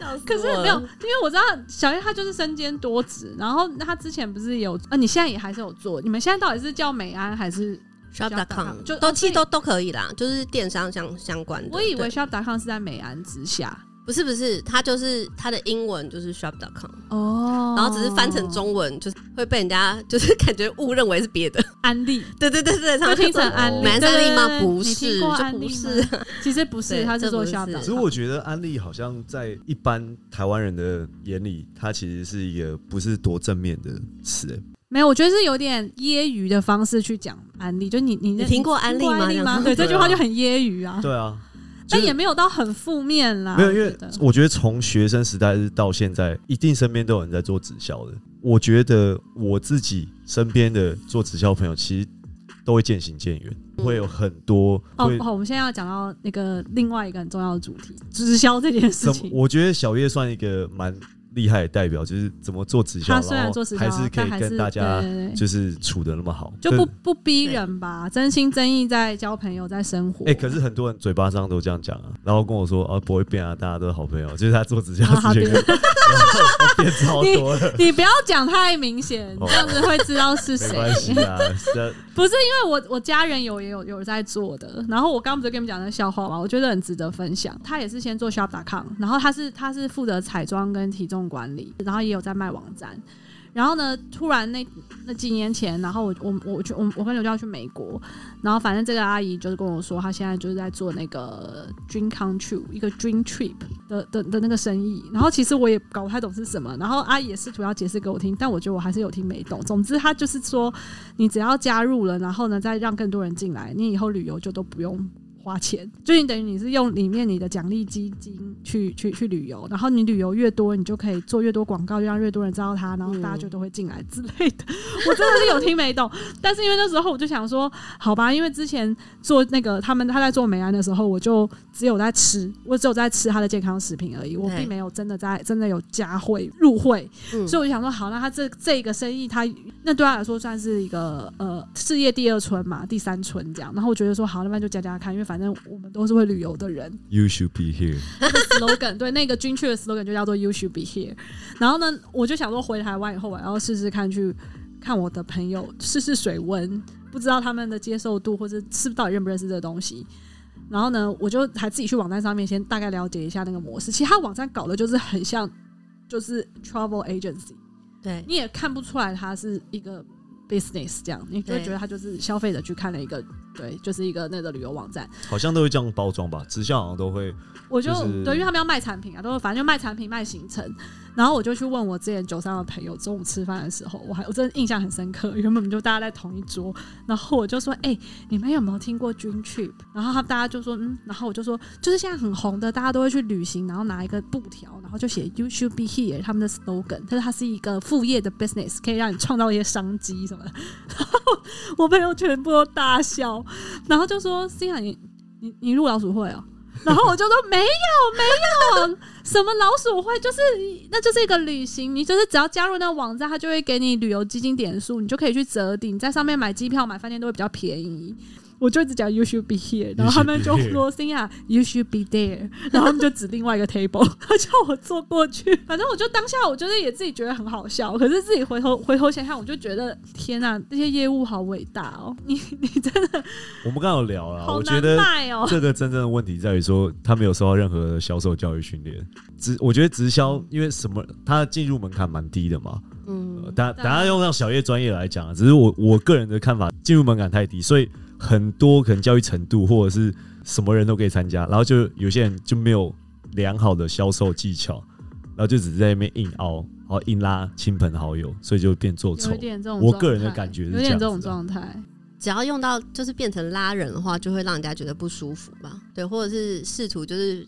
S3: 笑死
S2: 可是
S3: 我了
S2: 没有，因为我知道小叶她就是身兼多职，然后她之前不是也有啊？你现在也还是有做？你们现在到底是叫美安还是？
S3: shop.com
S2: 就
S3: 就都
S2: 哦
S3: 其实
S2: 所
S3: 都都可以啦，就是电商相相关的。
S2: 我以为
S3: 对
S2: Shop.com 是在美安之下
S3: 不是不是，它就是它的英文就是 shop.com。
S2: 哦
S3: 然后只是翻成中文，就是会被人家就是 感觉误认为是别的。
S2: 安 利，
S3: 对对对对，
S2: 就
S3: 他们
S2: 听
S3: 听
S2: 成
S3: 成
S2: 安利，
S3: 买
S2: 对
S3: 安利
S2: 对
S3: 吗
S2: 对
S3: 不
S2: 你听
S3: 是
S2: 过
S3: 就
S2: 安利吗
S3: 不是，
S2: 其实不是，
S3: 对
S2: 他是
S3: 这
S2: 做
S3: 不是
S2: Shop.com。
S1: 只是我觉得安利好像在一般台湾人的眼里，它其实是一个不是多正面的词、欸
S2: 没有，我觉得是有点揶揄的方式去讲安利，就你你
S3: 你听过安利吗
S2: 安利
S3: 这样
S2: 吗？
S3: 子
S2: 对，这句话
S1: 对
S2: 就
S1: 啊
S2: 很揶揄啊，
S1: 对啊，就
S2: 但
S1: 是
S2: 也没有到很负面啦。
S1: 没有，因为
S2: 我觉得
S1: 我觉得从学生时代到现在，一定身边都有人在做直销的。我觉得我自己身边的做直销朋友，其实都会渐行渐远，
S3: 嗯
S1: 会有很多
S2: 哦
S1: 会，
S2: 好，我们现在要讲到那个另外一个很重要的主题——直销这件事
S1: 怎么
S2: 情。
S1: 我觉得小叶算一个蛮厉害的代表，就是怎么做直销，
S2: 他虽然
S1: 后
S2: 做直销，
S1: 还
S2: 啊
S1: 是可
S2: 但
S1: 以
S2: 还是
S1: 跟大家
S2: 对对对
S1: 就是处的那么好，
S2: 就不
S1: 对
S2: 不逼人吧，真心真意在交朋友，在生活。
S1: 哎、可是很多人嘴巴上都这样讲啊，然后跟我说啊不会变啊，大家都是好朋友，就是他做直销
S2: 啊好
S1: 之前跟 我，然 后变超多了，
S2: 你不要讲太明显，
S1: 哦
S2: 这样子会知道是
S1: 没
S2: 谁。
S1: 关系啊，这
S2: 不是因为我我家人有也有有在做的，然后我刚不是跟你们讲那笑话嘛，我觉得很值得分享。他也是先做 shop.com，然后他是他是负责彩妆跟体重管理，然后也有在卖网站。然后呢，突然那那几年前，然后我我我我去我我跟刘教去美国，然后反正这个阿姨就是跟我说，她现在就是在做那个 dream come true 一个 dream trip 的的的那个生意。然后其实我也搞不太懂是什么，然后阿姨也试图要解释给我听，但我觉得我还是有听没懂。总之，她就是说你只要加入了，然后呢，再让更多人进来，你以后旅游就都不用花钱，就你等于你是用里面你的奖励基金去去去旅游，然后你旅游越多，你就可以做越多广告，就让越多人知道它，然后大家就都会进来之类的。 我真的是有听没懂，但是因为那时候我就想说，好吧，因为之前做那个他们他在做美安的时候，我就只有在吃，我只有在吃他的健康食品而已，我
S3: 对
S2: 并没有真的在真的有加会入会，
S3: 嗯
S2: 所以我就 想说，好，那他这这个生意他，那对他来说算是一个呃事业第二春嘛，第三春这样。然后我觉得说，好，那不然就加加看，因为反正我们都是会旅游的人。
S1: You should be here。
S2: slogan 对那个军区的 slogan 就叫做 “You should be here”。然后呢，我就想说回台湾以后，我要试试看去看我的朋友，试试水温，不知道他们的接受度或者是不是到底认不认识这个东西。然后呢，我就还自己去网站上面先大概了解一下那个模式。其实他网站搞的就是很像，就是 travel agency，
S3: 对
S2: 你也看不出来它是一个 business 这样，你就会
S3: 对
S2: 觉得它就是消费者去看了一个对，就是一个那个旅游网站。
S1: 好像都会这样包装吧，直销好像都会
S2: 我就、
S1: 就是
S2: 对，因为他们要卖产品啊，都是反正就卖产品卖行程。然后我就去问我之前九三的朋友，中午吃饭的时候，我还我真的印象很深刻。原本我们就大家在同一桌，然后我就说：“哎、你们有没有听过 Dream Trip？” 然后他们大家就说：“嗯。”然后我就说：“就是现在很红的，大家都会去旅行，然后拿一个布条，然后就写 ‘You should be here’ 他们的 slogan，但是它是一个副业的 business，可以让你创造一些商机什么的。” 然后我朋友全部都大笑，然后就说：“Cina，你你你入老鼠会哦。”然后我就说没有没有，什么老鼠会，就是那就是一个旅行，你就是只要加入那个网站，它就会给你旅游基金点数，你就可以去折抵，你在上面买机票、买饭店都会比较便宜。我就一直讲 you should be here，然后他们就
S1: You should be here
S2: 说 Sina you should be there，然后他们就指另外一个 table，他 叫我坐过去。反正我就当下我觉得也自己觉得很好笑，可是自己回头回头想想，我就觉得天呐，这些业务好伟大哦，你你真的
S1: 我们刚刚有聊了，
S2: 好
S1: 我觉
S2: 难
S1: 得
S2: 卖哦。
S1: 这个真正的问题在于说，他没有受到任何的销售教育训练。直，我觉得直销因为什么，它的进入门槛蛮低的嘛。呃
S3: 嗯，
S1: 大家
S2: 对
S1: 大家用让小叶专业来讲啊，只是我我个人的看法，进入门槛太低，所以很多可能教育程度或者是什么人都可以参加，然后就有些人就没有良好的销售技巧，然后就只是在那边硬凹，然后硬拉亲朋好友，所以就变做
S2: 有
S1: 丑
S2: 一。点这种状态，
S1: 我个人的感觉是
S2: 有
S1: 这
S2: 点
S1: 样
S2: 这种
S1: 子啊
S2: 状态。
S3: 只要用到就是变成拉人的话，就会让人家觉得不舒服吧？对，或者是试图就是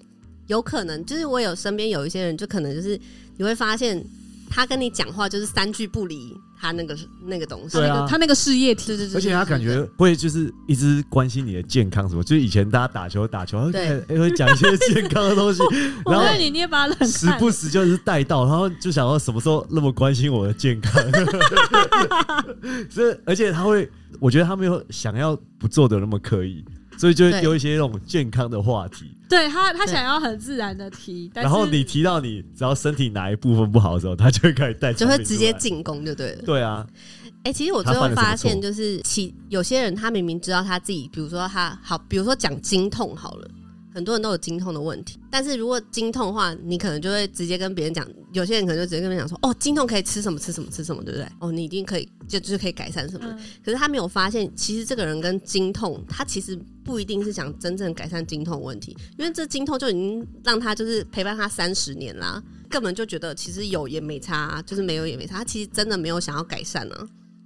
S3: 有可能，就是我有身边有一些人，就可能就是你会发现他跟你讲话就是三句不离他那个那个东西，
S1: 对啊
S2: 那个他那个事业体，
S3: 对对对，
S1: 而且他
S3: 对
S1: 感觉会就是一直关心你的健康什么，就是以前大家打球打球，他会
S3: 对
S1: 开始会讲一些健康的东西，
S2: 我
S1: 然后
S2: 对你捏把冷
S1: 时
S2: 汗。
S1: 不时就是带到，然后就想要什么时候那么关心我的健康， 所以而且他会，我觉得他没有想要不做的那么刻意，所以就会
S3: 对
S1: 丢一些那种健康的话题，
S2: 对他，他
S3: 对
S2: 想要很自然的提，但
S1: 然后
S2: 是
S1: 你提到你只要身体哪一部分不好的时候，他就会开始带，
S3: 就会直接。进攻就对了。
S1: 对啊，
S3: 哎、其实我
S1: 他
S3: 最后
S1: 犯了什么
S3: 发现，
S1: 错
S3: 就是其有些人他明明知道他自己，比如说他好，比如说讲经痛好了，很多人都有经痛的问题。但是如果经痛的话，你可能就会直接跟别人讲，有些人可能就直接跟别人讲说，哦，经痛可以吃什么吃什么吃什么，对不对？哦，你一定可以，就就是可以改善什么的。
S2: 嗯
S3: 可是他没有发现，其实这个人跟经痛，他其实不一定是想真正改善经痛问题，因为这经痛就已经让他就是陪伴他三十年啦，根本就觉得其实有也没差、啊就是没有也没差，他其实真的没有想要改善呢、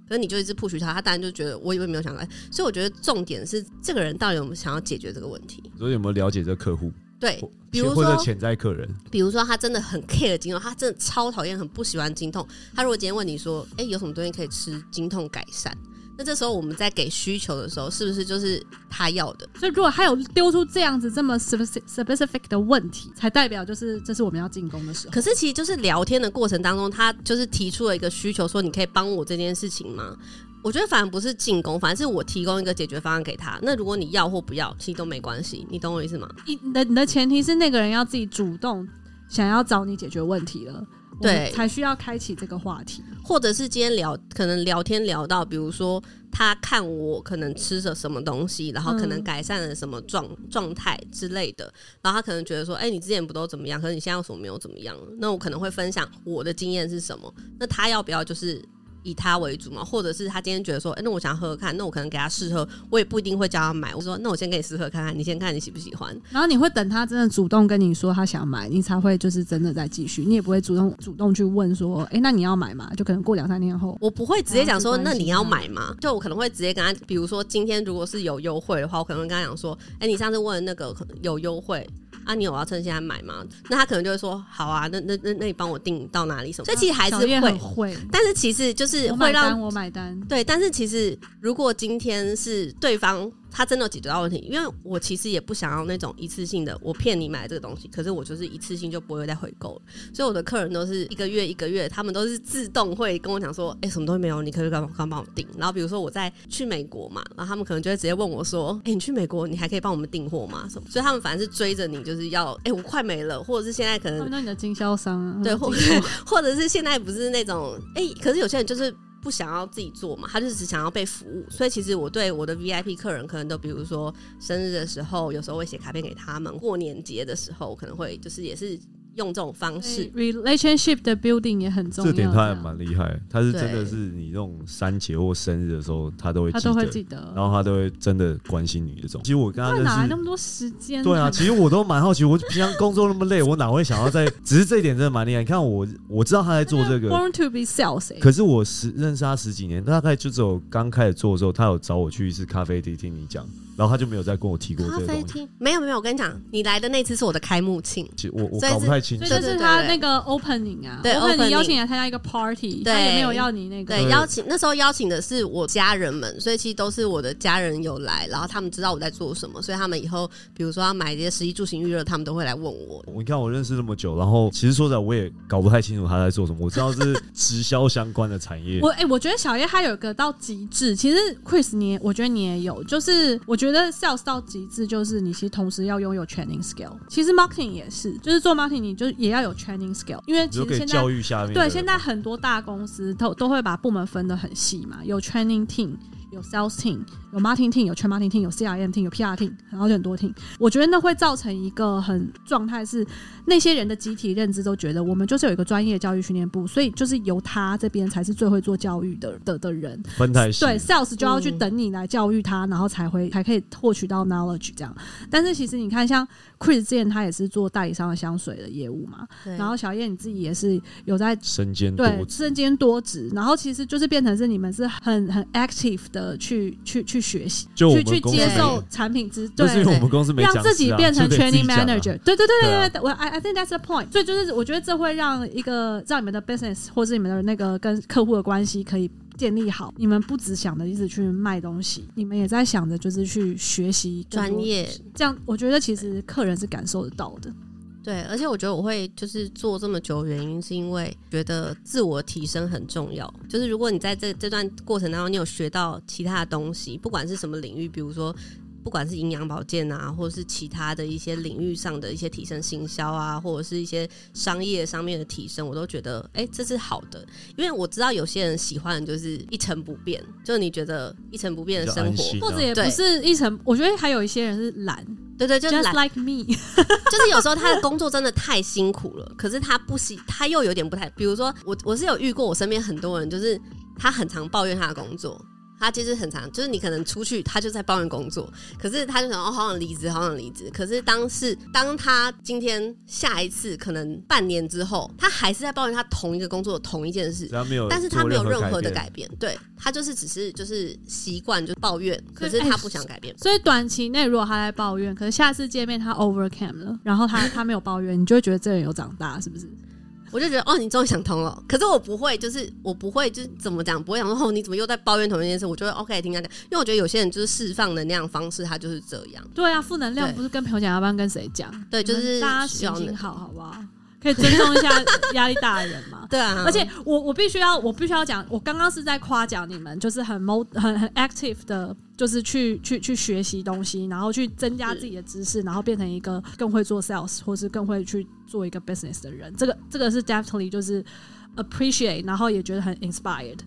S3: 可是你就一直 push 他，他当然就觉得我以为没有想改，啊所以我觉得重点是这个人到底有没有想要解决这个问题。
S1: 所以有没有了解这个客户，
S3: 对，比如
S1: 或者
S3: 说，
S1: 潜在客人？
S3: 比如说他真的很 care 经痛，他真的超讨厌、很不喜欢经痛。他如果今天问你说：“哎、有什么东西可以吃经痛改善？”那这时候我们在给需求的时候，是不是就是他要的？
S2: 所以如果他有丢出这样子这么 specific specific 的问题，才代表就是这是我们要进攻的时候。
S3: 可是其实就是聊天的过程当中，他就是提出了一个需求，说：“你可以帮我这件事情吗？”我觉得反而不是进攻，反而是我提供一个解决方案给他。那如果你要或不要，其实都没关系，你懂我意思吗？
S2: 你你的你的前提是那个人要自己主动想要找你解决问题了，我们
S3: 对
S2: 才需要开启这个话题。
S3: 或者是今天聊，可能聊天聊到，比如说他看我可能吃了什么东西，然后可能
S2: 嗯
S3: 改善了什么状状态之类的，然后他可能觉得说，哎、你之前不都怎么样，可是你现在为什么没有怎么样？那我可能会分享我的经验是什么，那他要不要就是？以他为主嘛，或者是他今天觉得说，哎、那我想喝喝看，那我可能给他试喝，我也不一定会叫他买。我说，那我先给你试喝看看，你先看你喜不喜欢。
S2: 然后你会等他真的主动跟你说他想买，你才会就是真的再继续，你也不会主动主动去问说，哎、那你要买吗？就可能过两三天后，
S3: 我不会直接讲说，
S2: 然后
S3: 那
S2: 啊去关心嗯
S3: 你要买吗？就我可能会直接跟他，比如说今天如果是有优惠的话，我可能会跟他讲说，哎、你上次问那个可能有优惠啊，你有要趁现在买吗？那他可能就会说，好啊，那那那那你帮我订到哪里什么？所以其实还是
S2: 啊小叶很
S3: 会，
S2: 会，
S3: 但是其实就是
S2: 我
S3: 会
S2: 买
S3: 让
S2: 单，我买单。
S3: 对，但是其实如果今天是对方他真的有解决到问题，因为我其实也不想要那种一次性的，我骗你买这个东西，可是我就是一次性就不会再回购了。所以我的客人都是一个月一个月，他们都是自动会跟我讲说，哎、什么东西没有，你可以帮帮帮我订。然后比如说我在去美国嘛，然后他们可能就会直接问我说，哎、你去美国你还可以帮我们订货吗？什么？所以他们反正是追着你，就是要，哎、我快没了，或者是现在可
S2: 他
S3: 能
S2: 们都你的经销商啊，
S3: 对，
S2: 他
S3: 或
S2: 们
S3: 者或者是现在不是那种哎、可是有些人就是不想要自己做嘛，他就是只想要被服务。所以其实我对我的 VIP 客人，可能都比如说生日的时候，有时候会写卡片给他们；过年节的时候，可能会就是也是。用这种方
S2: 所以
S3: 式。
S2: relationship 的 building 也很重要，
S1: 这点他还
S2: 这样
S1: 蛮厉害，他是真的
S3: 对
S1: 是你这种三节或生日的时候，他都会
S2: 他
S1: 记
S2: 都会
S1: 得，
S2: 记得。
S1: 然后他都会真的关心你这种。其实我跟他
S2: 那
S1: 认
S2: 哪来那
S1: 识
S2: 么。多时 间？
S1: 对啊，其实我都蛮好奇，我平常工作那么累，我哪会想要在？只是这一点真的蛮厉害。你看我，我知道他在做这 个，
S2: Born to be sales，欸
S1: 可是我十认识他十几年，大概就只有刚开始做的时候，他有找我去一次咖啡厅听你讲，然后他就没有再跟我提过
S3: 咖
S1: 这个
S3: 啡
S1: 东西。
S3: 厅没有没有，我跟你讲，你来的那次是我的开幕庆，
S1: 其实我我
S3: 所以
S1: 搞不
S3: 是
S1: 太清
S2: 所
S1: 楚
S2: 以
S3: 对，
S2: 就
S3: 对
S2: 是
S3: 对
S2: 他
S3: 对
S2: 那个 opening 啊
S3: 对
S2: ，opening
S3: ，opening
S2: 邀请你来参加一个 party，
S3: 对
S2: 他也没有要你那个，
S3: 对，邀请那时候邀请的是我家人们，所以其实都是我的家人有来，然后他们知道我在做什么，所以他们以后比如说要买这些食衣住行娱乐，他们都会来问我。
S1: 我你看我认识那么久，然后其实说实在我也搞不太清楚他在做什么，我知道是直销相关的产业
S2: 我。哎、我觉得小叶他有一个到极致，其实 Chris 你也，我觉得你也有，就是我觉得 sales 到极致就是你其实同时要拥有 training skill，其实 marketing 也是，就是做 marketing 你就也要有 training skill，因为
S1: 你
S2: 其
S1: 就
S2: 实
S1: 可以
S2: 现在
S1: 教育下面的
S2: 对
S1: 人
S2: 现在很多大公司都都会把部门分得很细嘛，有 training team。有 sales team，有 marketing team，有 t r a i marketing team，有 CRM team，有 PR team，然后就很多 team。我觉得那会造成一个很状态是，那些人的集体认知都觉得我们就是有一个专业教育训练部，所以就是由他这边才是最会做教育的的的人。
S1: 分太细，
S2: 对，sales 就要去
S3: 嗯
S2: 等你来教育他，然后才会才可以获取到 knowledge 这样。但是其实你看，像 Chris 之前他也是做代理商的香水的业务嘛，
S3: 对
S2: 然后小叶你自己也是有在
S1: 身兼多
S2: 对，
S1: 职。
S2: 身兼多职，然后其实就是变成是你们是很很 active 的去去去学习，
S1: 就我
S2: 去
S1: 们
S2: 去
S1: 公司
S2: 接
S1: 没
S2: 受
S1: 有，
S2: 产品之
S1: 就是因为
S2: 对。
S1: 我们公司没
S2: 让
S1: 讲
S2: 自己
S1: 师啊
S2: 变成
S1: 就得自己
S2: training
S1: 讲啊
S2: manager，对对对
S1: 对啊
S2: 对对，我 I I think that's the point。所以就是我觉得这会让一个让你们的 business 或是你们的那个跟客户的关系可以建立好。你们不只想着一直去卖东西，你们也在想着就是去学习更多
S3: 专业
S2: 东西。这样我觉得其实客人是感受得到的。
S3: 对，而且我觉得我会就是做这么久，原因是因为觉得自我提升很重要。就是如果你在这这段过程当中，你有学到其他的东西，不管是什么领域，比如说不管是营养保健啊，或者是其他的一些领域上的一些提升行销啊，或者是一些商业上面的提升，我都觉得哎、诶这是好的。因为我知道有些人喜欢的就是一成不变，就是你觉得一成不变的生
S1: 比较安心啊
S3: 活，
S2: 或者也不
S3: 对
S2: 是一成，我觉得还有一些人是懒
S3: 对对，就
S2: ，just
S3: 懒
S2: like me。
S3: 就是有时候他的工作真的太辛苦了，可是他不喜，他又有点不太，比如说我我是有遇过，我身边很多人就是他很常抱怨他的工作。他其实很常，就是你可能出去，他就在抱怨工作，可是他就想哦，好想离职，好想离职。可是当是当他今天下一次可能半年之后，他还是在抱怨他同一个工作同一件事
S1: 只，要没有，
S3: 但是啊他没有任何的
S1: 改
S3: 改变，对他就是只是就是习惯就抱怨，可
S2: 所
S3: 是
S2: 以哎
S3: 他不想改变。
S2: 所以短期内如果他在抱怨，可是下次见面他 overcame 了，然后他他没有抱怨，你就会觉得这人有长大，是不是？
S3: 我就觉得哦，你终于想通了。可是我不会，就是我不会，就是怎么讲，不会想说哦，你怎么又在抱怨同一件事？我就会 OK 听他讲，因为我觉得有些人就是释放能量方式，他就是这样。
S2: 对啊，负能量
S3: 对
S2: 不是跟朋友讲，要不然跟谁讲？
S3: 对就是
S2: 你们大家
S3: 需
S2: 心
S3: 要
S2: 情
S3: 那
S2: 好，好不好？可以尊重一下压力大的人嘛。
S3: 对啊，
S2: 而且我我必须要我必须要讲，我刚刚是在夸奖你们，就是很 mo 很很 active 的，就是去去去学习东西，然后去增加
S3: 是
S2: 自己的知识，然后变成一个更会做 sales 或是更会去做一个 business 的人。这个这个是 definitely 就是 appreciate，然后也觉得很 inspired。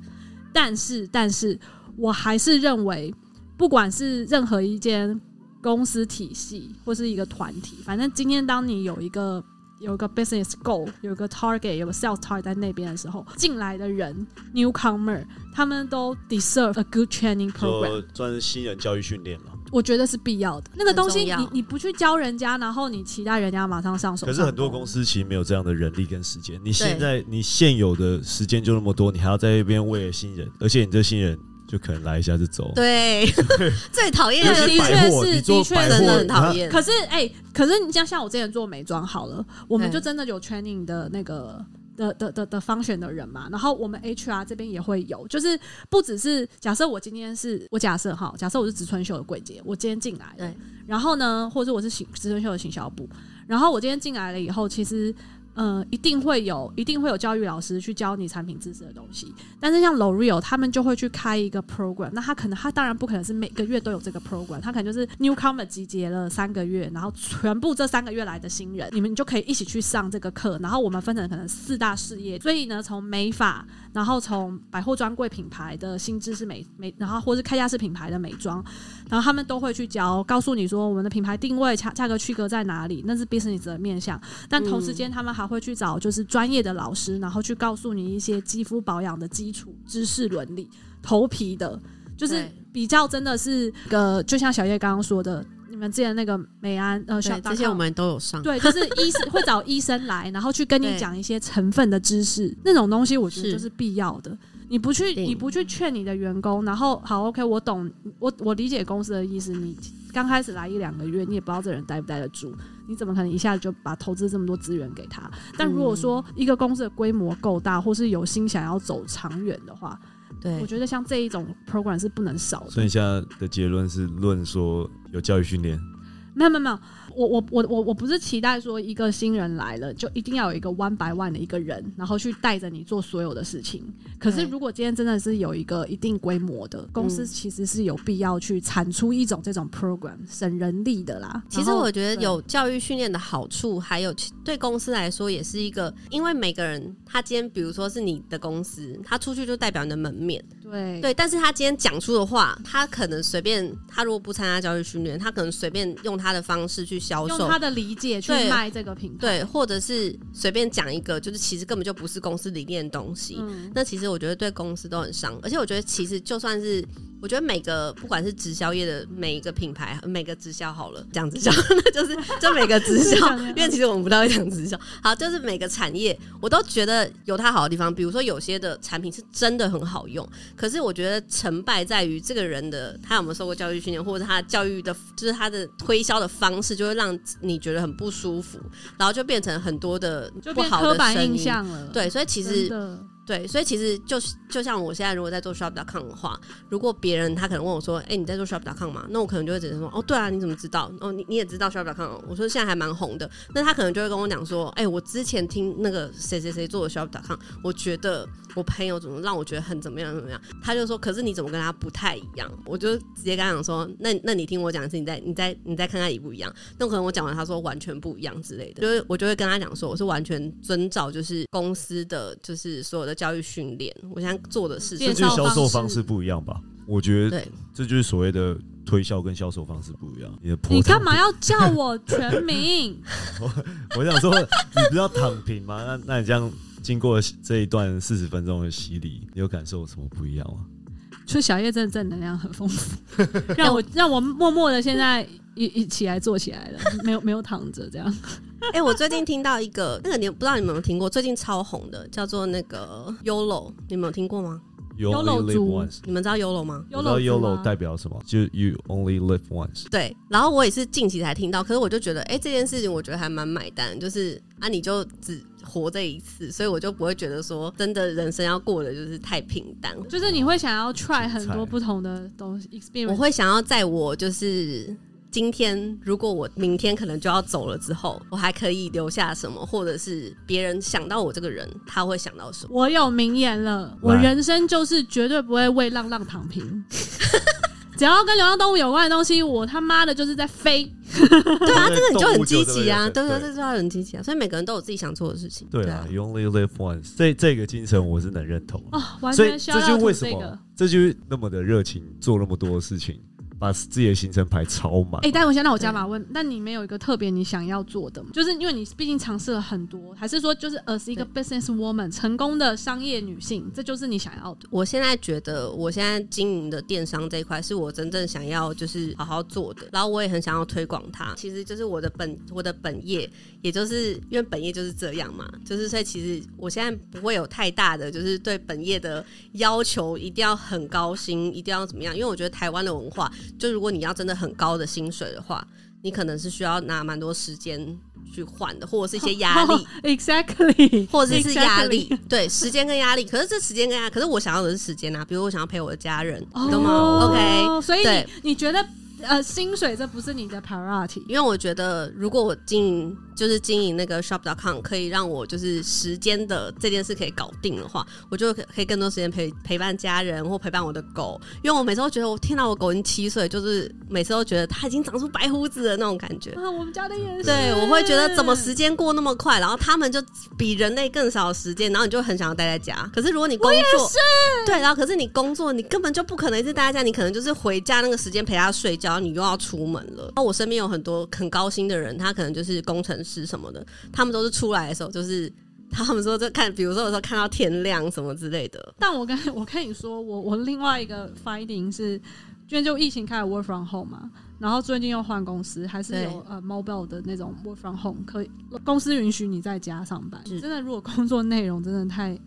S2: 但是但是我还是认为，不管是任何一间公司体系或是一个团体，反正今天当你有一个有一个 business goal，有一个 target，有个 sales target 在那边的时候，进来的人 newcomer 他们都 deserve a good training program，
S1: 算是新人教育训练了。
S2: 我觉得是必要的。那个东西
S3: 很重
S2: 你
S3: 要
S2: 你不去教人家，然后你期待人家马上上手，
S1: 可是很多公。司其实没有这样的人力跟时间。你现在你现有的时间就那么多，你还要在那边为了新人，而且你这新人就可能来一下就走。
S3: 对， 最讨厌
S1: 尤
S3: 的
S1: 其
S2: 对
S1: 是
S2: 的
S1: 百货，
S2: 确是
S1: 你做
S2: 的确
S1: 百
S2: 是
S1: 货
S3: 真的很讨
S1: 你看
S3: 厌。
S2: 可是哎、可是你像像我之前做美妆好了，我们
S3: 对
S2: 就真的有 training 的那个。的的的的 function 的人嘛，然后我们 HR 这边也会有，就是不只是假设我今天是我假设哈，假设我是植村秀的柜姐，我今天进来了
S3: 对，
S2: 然后呢，或者我是行植村秀的行销部，然后我今天进来了以后，其实呃一定会有一定会有教育老师去教你产品知识的东西，但是像 L'Oreal 他们就会去开一个 program，那他可能他当然不可能是每个月都有这个 program，他可能就是 newcomer 集结了三个月，然后全部这三个月来的新人，你们就可以一起去上这个课，然后我们分成可能四大事业，所以呢，从美发，然后从百货专柜品牌的新知识美美，然后或是开架式品牌的美妆，然后他们都会去教，
S3: 嗯
S2: 告诉你说我们的品牌定位、价价格区隔在哪里，那是 business 的面向，但同时间他们还他会去找就是专业的老师，然后去告诉你一些肌肤保养的基础知识、伦理、头皮的，就是
S3: 对
S2: 比较真的是个，就像小叶刚刚说的，你们之前那个美安呃，小
S3: 对，这些我们都有上。
S2: 对，就是医生会找医生来，然后去跟你
S3: 嗯对
S2: 讲一些成分的知识，那种东西我觉得
S3: 是
S2: 就是必要的。你不去，
S3: 定
S2: 你不去劝你的员工，然后好，OK，我懂，我我理解公司的意思。你刚开始来一两个月，你也不知道这人待不待得住，你怎么可能一下子就把投资这么多资源给他？但如果说
S3: 嗯
S2: 一个公司的规模够大，或是有心想要走长远的话，
S3: 对
S2: 我觉得像这一种 program 是不能少的。
S1: 所以现在的结论是论说有教育训练，
S2: 没有没有没有，我我我我我不是期待说一个新人来了就一定要有一个 one by one 的一个人，然后去带着你做所有的事情。可是
S3: 对
S2: 如果今天真的是有一个一定规模的公司，
S3: 嗯
S2: 其实是有必要去产出一种这种 program 省人力的啦。
S3: 其实
S2: 然后
S3: 我觉得
S2: 对
S3: 有教育训练的好处，还有其对公司来说也是一个，因为每个人他今天比如说是你的公司，他出去就代表你的门面，
S2: 对
S3: 对。但是他今天讲出的话，他可能随便，他如果不参加教育训练，他可能随便用他的方式去销
S2: 用
S3: 售
S2: 他。的理解去
S3: 对
S2: 卖这个品牌，
S3: 对，或者是随便讲一个，就是其实根本就不是公司理念的东西，
S2: 嗯，
S3: 那其实我觉得对公司都很伤，而且我觉得其实就算是，我觉得每个不管是直销业的每一个品牌，每个直销好了，讲直销， 那就是就每个 直
S2: 是
S3: 销
S2: 讲直销，
S3: 因为其实我们不太会讲直销，好，就是每个产业我都觉得有它好的地方，比如说有些的产品是真的很好用，可是我觉得成败在于这个人的他有没有受过教育训练，或者他教育的，就是他的推销的方式，就会让你觉得很不舒服，然后就变成很多的
S2: 就
S3: 不
S2: 变
S3: 好
S2: 刻
S3: 的
S2: 板
S3: 声
S2: 印
S3: 音。
S2: 象了。，
S3: 对，所以其
S2: 真
S3: 实
S2: 的
S3: 对，所以其实就是就像我现在如果在做 shop.com 的话，如果别人他可能问我说：“哎、你在做 shop.com 吗？”那我可能就会直接说：“哦，对啊，你怎么知道？哦，你你也知道 shop.com？” 哦我说现在还蛮红的，那他可能就会跟我讲说：“哎、我之前听那个谁谁谁做的 shop.com，我觉得我朋友怎么让我觉得很怎么样怎么样。”他就说：“可是你怎么跟他不太一样？”我就直接跟他讲说：“那那你听我讲一次，你再你再你再看看一不一样。”那可能我讲完，他说完全不一样之类的，就是我就会跟他讲说，我是完全遵照就是公司的就是所有的教育训练，我现在做的事
S1: 这
S2: 介
S1: 就
S3: 情
S2: 绍
S1: 是销售
S2: 方
S1: 方
S2: 式
S1: 式不一样吧？我觉得
S3: 对
S1: 这就是所谓的推销跟销售方式不一样。你的
S2: 你
S1: 婆
S2: 干
S1: 躺
S2: 嘛要叫我全名？
S1: 我想说，你不是要躺平吗？那那你这样经过这一段四十分钟的洗礼，你有感受有什么不一样吗？
S2: 就小叶真的正能量很丰富， 让我让我默默的现在一一起来坐起来了，没有没有躺着这样。
S3: 哎、我最近听到一个那个你不知道你们有没有听过，最近超红的叫做那个 YOLO，你们有听过吗？
S1: You
S2: YOLO
S1: only live
S2: 族
S1: once，
S3: 你们知道 YOLO 吗？
S1: 你知道
S2: YOLO 族
S1: YOLO
S2: 吗
S1: 代表什么？就是 You only live once。
S3: 对，然后我也是近期才听到，可是我就觉得，哎、这件事情我觉得还蛮买单，就是啊，你就只活这一次，所以我就不会觉得说真的人生要过得就是太平淡，
S2: 就是你会想要 try 很
S1: 精
S2: 多
S1: 彩
S2: 不同的东西
S3: 我
S2: ，experience。
S3: 会想要在我就是今天，如果我明天可能就要走了之后，我还可以留下什么，或者是别人想到我这个人，他会想到什么？
S2: 我有名言了，我人生就是绝对不会为浪浪躺平。 只要跟流浪动物有关的东西，我他妈的就是在飞。
S1: 对 啊，这个
S3: 那你就很积极啊，对对，这就要很积极啊，所以每个人都有自己想做的事情。
S1: 对啊，You only live once，这这个精神我是能认同的。
S2: 哦，完
S1: 所以
S2: 全需
S1: 这
S2: 要
S1: 就是为什
S2: 这
S1: 么
S2: 个。，
S1: 这就是那么的热情，做那么多事情，把自己的行程排超满
S2: 哎、。待会先让我加码问，那你没有一个特别你想要做的吗？就是因为你毕竟尝试了很多，还是说就是 as 一个 business woman 成功的商业女性，这就是你想要的？
S3: 我现在觉得，我现在经营的电商这一块是我真正想要就是好好做的，然后我也很想要推广它。其实就是我的本我的本业，也就是因为本业就是这样嘛，就是所以其实我现在不会有太大的就是对本业的要求，一定要很高薪，一定要怎么样？因为我觉得台湾的文化，就如果你要真的很高的薪水的话，你可能是需要拿蛮多时间去换的，或者是一些压力。
S2: 哦 Exactly，
S3: 或者是压力，对时间跟压力。可是这时间跟压，可是我想要的是时间啊，比如我想要陪我的家人，你懂吗？OK，
S2: 哦所以
S3: 对
S2: 你你觉得呃，薪水这不是你的 priority？
S3: 因为我觉得如果我经营就是经营那个 shop.com，可以让我就是时间的这件事可以搞定的话，我就可可以更多时间陪陪伴家人或陪伴我的狗。因为我每次都觉得我听到我狗已经七岁，就是每次都觉得它已经长出白胡子的那种感觉。
S2: 啊，我们家的也是。
S3: 对，我会觉得
S2: 嗯
S3: 怎么时间过那么快，然后他们就比人类更少时间，然后你就很想要待在家。可是如果你工作，对，然后可是你工作，你根本就不可能一直待在家，你可能就是回家那个时间陪他睡觉，要你又要出门了。然后我身边有很多很高薪的人，他可能就是工程师什么的，他们都是出来的时候就是。 他们说这看，比如说有时候看到天亮什么之类的，
S2: 但我跟 我跟你说，我我另外一个 finding 是，因为就疫情开始 work from home 嘛，然后最近又换公司，还是有
S3: 对
S2: 呃 mobile 的那种 work from home，可以公司允许你在家上班。
S3: 是
S2: 真的，如果工作内容真的太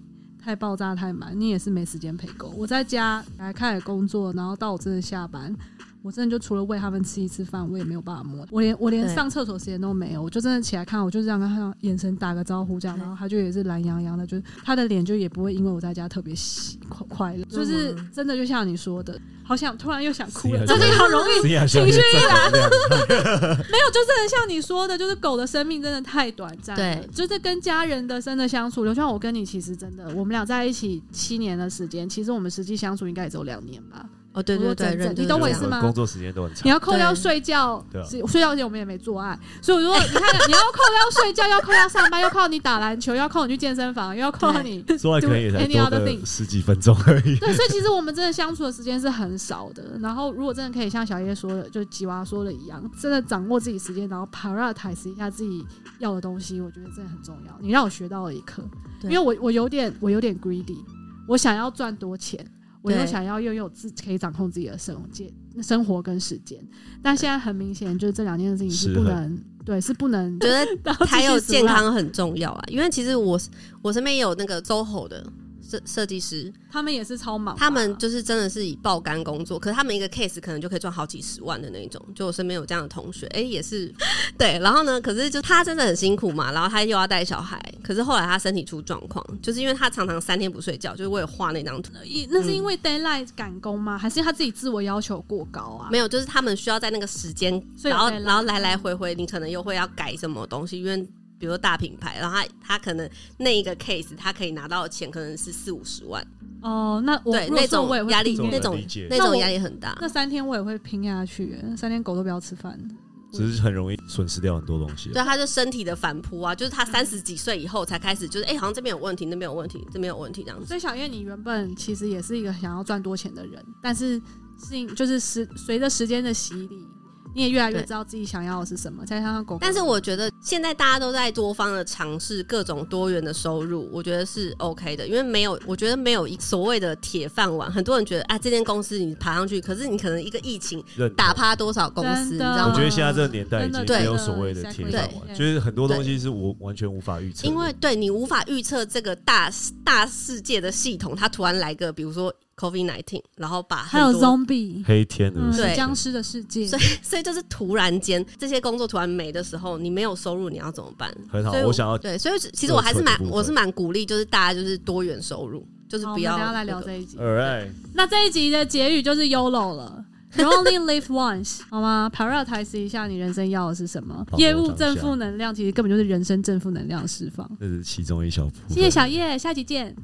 S2: 太爆炸太满，你也是没时间陪狗。我在家来开始工作，然后到我真的下班。我真的就除了喂他们吃一次饭，我也没有办法摸。我连我连
S3: 对
S2: 上厕所时间都没有，我就真的起来看，我就这样跟他眼神打个招呼这样，
S3: 对
S2: 然后他就也是懒洋洋的，就是他的脸就也不会因为我在家特别喜快快乐，就是
S3: 嗯
S2: 真的就像你说的，好想突然又想哭
S1: 是
S2: 了，
S1: 啊
S2: 最近好容易
S1: 是啊，
S2: 情绪
S1: 一来，
S2: 没有，就真的像你说的，就是狗的生命真的太短暂。
S3: 对，
S2: 就是跟家人的真的相处，就像我跟你，其实真的，我们俩在一起七年的时间，其实我们实际相处应该也只有两年吧。
S3: 哦，对对
S2: 我整
S3: 对，
S2: 整
S3: 认
S2: 你懂我
S3: 我
S2: 意思吗
S1: 工作时间都很长
S2: 你，要扣掉
S3: 对
S2: 睡觉，
S1: 对啊
S2: 是睡觉前我们也没做爱，所以我说，你看，你要扣掉睡觉，要扣掉上班，要扣你打篮球，要扣你去健身房，又要扣
S3: 对
S2: 你
S1: 说来可能也才
S2: any
S1: 多
S2: other thing
S1: 个十几分钟而已。
S2: 对，所以其实我们真的相处的时间是很少的。然后，如果真的可以像小叶说的，就吉娃说的一样，真的掌握自己时间，然后 prioritize 一下自己要的东西，我觉得真的很重要。你让我学到了一课，因
S3: 对
S2: 为我我有点我有点 greedy，我想要赚多钱，我又
S3: 对
S2: 想要拥有自可以掌控自己的生活界生活跟时间。但现在很明显，就是这两件事情是
S1: 失
S2: 不
S1: 衡
S2: 能对，是不能
S3: 觉得
S2: 然后继续
S3: 还有
S2: 死
S3: 健
S2: 赖，
S3: 康很重要啊，因为其实我我身边有那个周吼的设设计师，
S2: 他们也是超忙吧，
S3: 他们就是真的是以爆肝工作，可是他们一个 case 可能就可以赚好几十万的那一种。就我身边有这样的同学，哎、也是 对。然后呢，可是就他真的很辛苦嘛，然后他又要带小孩，可是后来他身体出状况，就是因为他常常三天不睡觉，就是为了画那张图。
S2: 一那是
S3: 嗯
S2: 因为 d a y l i g h t 赶工吗？还是他自己自我要求过高啊？
S3: 没有，就是他们需要在那个时间，
S2: 所以
S3: 然后
S2: 有 deadline
S3: 然后来来回回，你可能又会要改什么东西，因为比如说大品牌，然后他他可能那一个 case 他可以拿到的钱可能是四五十万，
S2: 哦，那我
S3: 对
S2: 如果是我
S3: 那
S2: 也
S3: 种
S2: 会
S3: 压力
S2: 拼耶
S1: 这
S3: 那
S1: 种
S3: 种
S1: 理解
S3: 那
S2: 那我
S3: 种压力很大。
S2: 那三天我也会拼下去耶，三天狗都不要吃饭。
S1: 只是很容易损失掉很多东西啊。
S3: 对，他就身体的反扑啊，就是他三十几岁以后才开始，就是哎、好像这边有问题，那边有问题，这边有问题这样子。
S2: 所以小燕，你原本其实也是一个想要赚多钱的人，但是是就是时随着时间的洗礼，你也越来越
S3: 对
S2: 知道自己想要的是什么。再加上狗狗，
S3: 但是我觉得现在大家都在多方的尝试各种多元的收入，我觉得是 OK 的，因为没有，我觉得没有一所谓的铁饭碗。很多人觉得，哎、这间公司你爬上去，可是你可能一个疫情
S1: 认同
S3: 打趴多少公司，
S2: 真
S3: 你知
S2: 的
S3: 道
S1: 我
S3: 吗
S1: 觉？得现在这个年代已经
S2: 真
S3: 嗯的嗯
S1: 没有所谓的铁饭碗，
S2: 对
S1: 就是很多东西是我完全无法预测的。
S3: 因为对你无法预测这个大大世界的系统，它突然来个，比如说 COVID nineteen，然后把
S2: 还有
S3: 很多
S2: zombie，
S1: 黑天鹅
S2: 嗯，
S1: 事件，
S3: 对
S2: 僵尸的世界
S3: 所。以，所以就是突然间这些工作突然没的时候，你没有收入，你要怎么办？
S1: 很好
S3: 所以，
S1: 我想要
S3: 对，所以其实我还是
S1: 这
S3: 蛮
S1: 个部分
S3: 我是蛮鼓励，就是大家就是多元收入，就是
S2: 好，我
S3: 不
S2: 们等
S3: 要
S2: 一下来聊
S3: 那个
S2: 这一集。
S1: ，All right，
S2: 那这一集的结语就是 YOLO 了。You only live once，好 吗？Prioritize 一下你人生要的是什么
S1: 把。握
S2: 业务
S1: 当
S2: 正
S1: 下
S2: 负能量其实根本就是人生正负能量的释放。
S1: 这是其中一小部分。
S2: 谢谢小叶，下期见。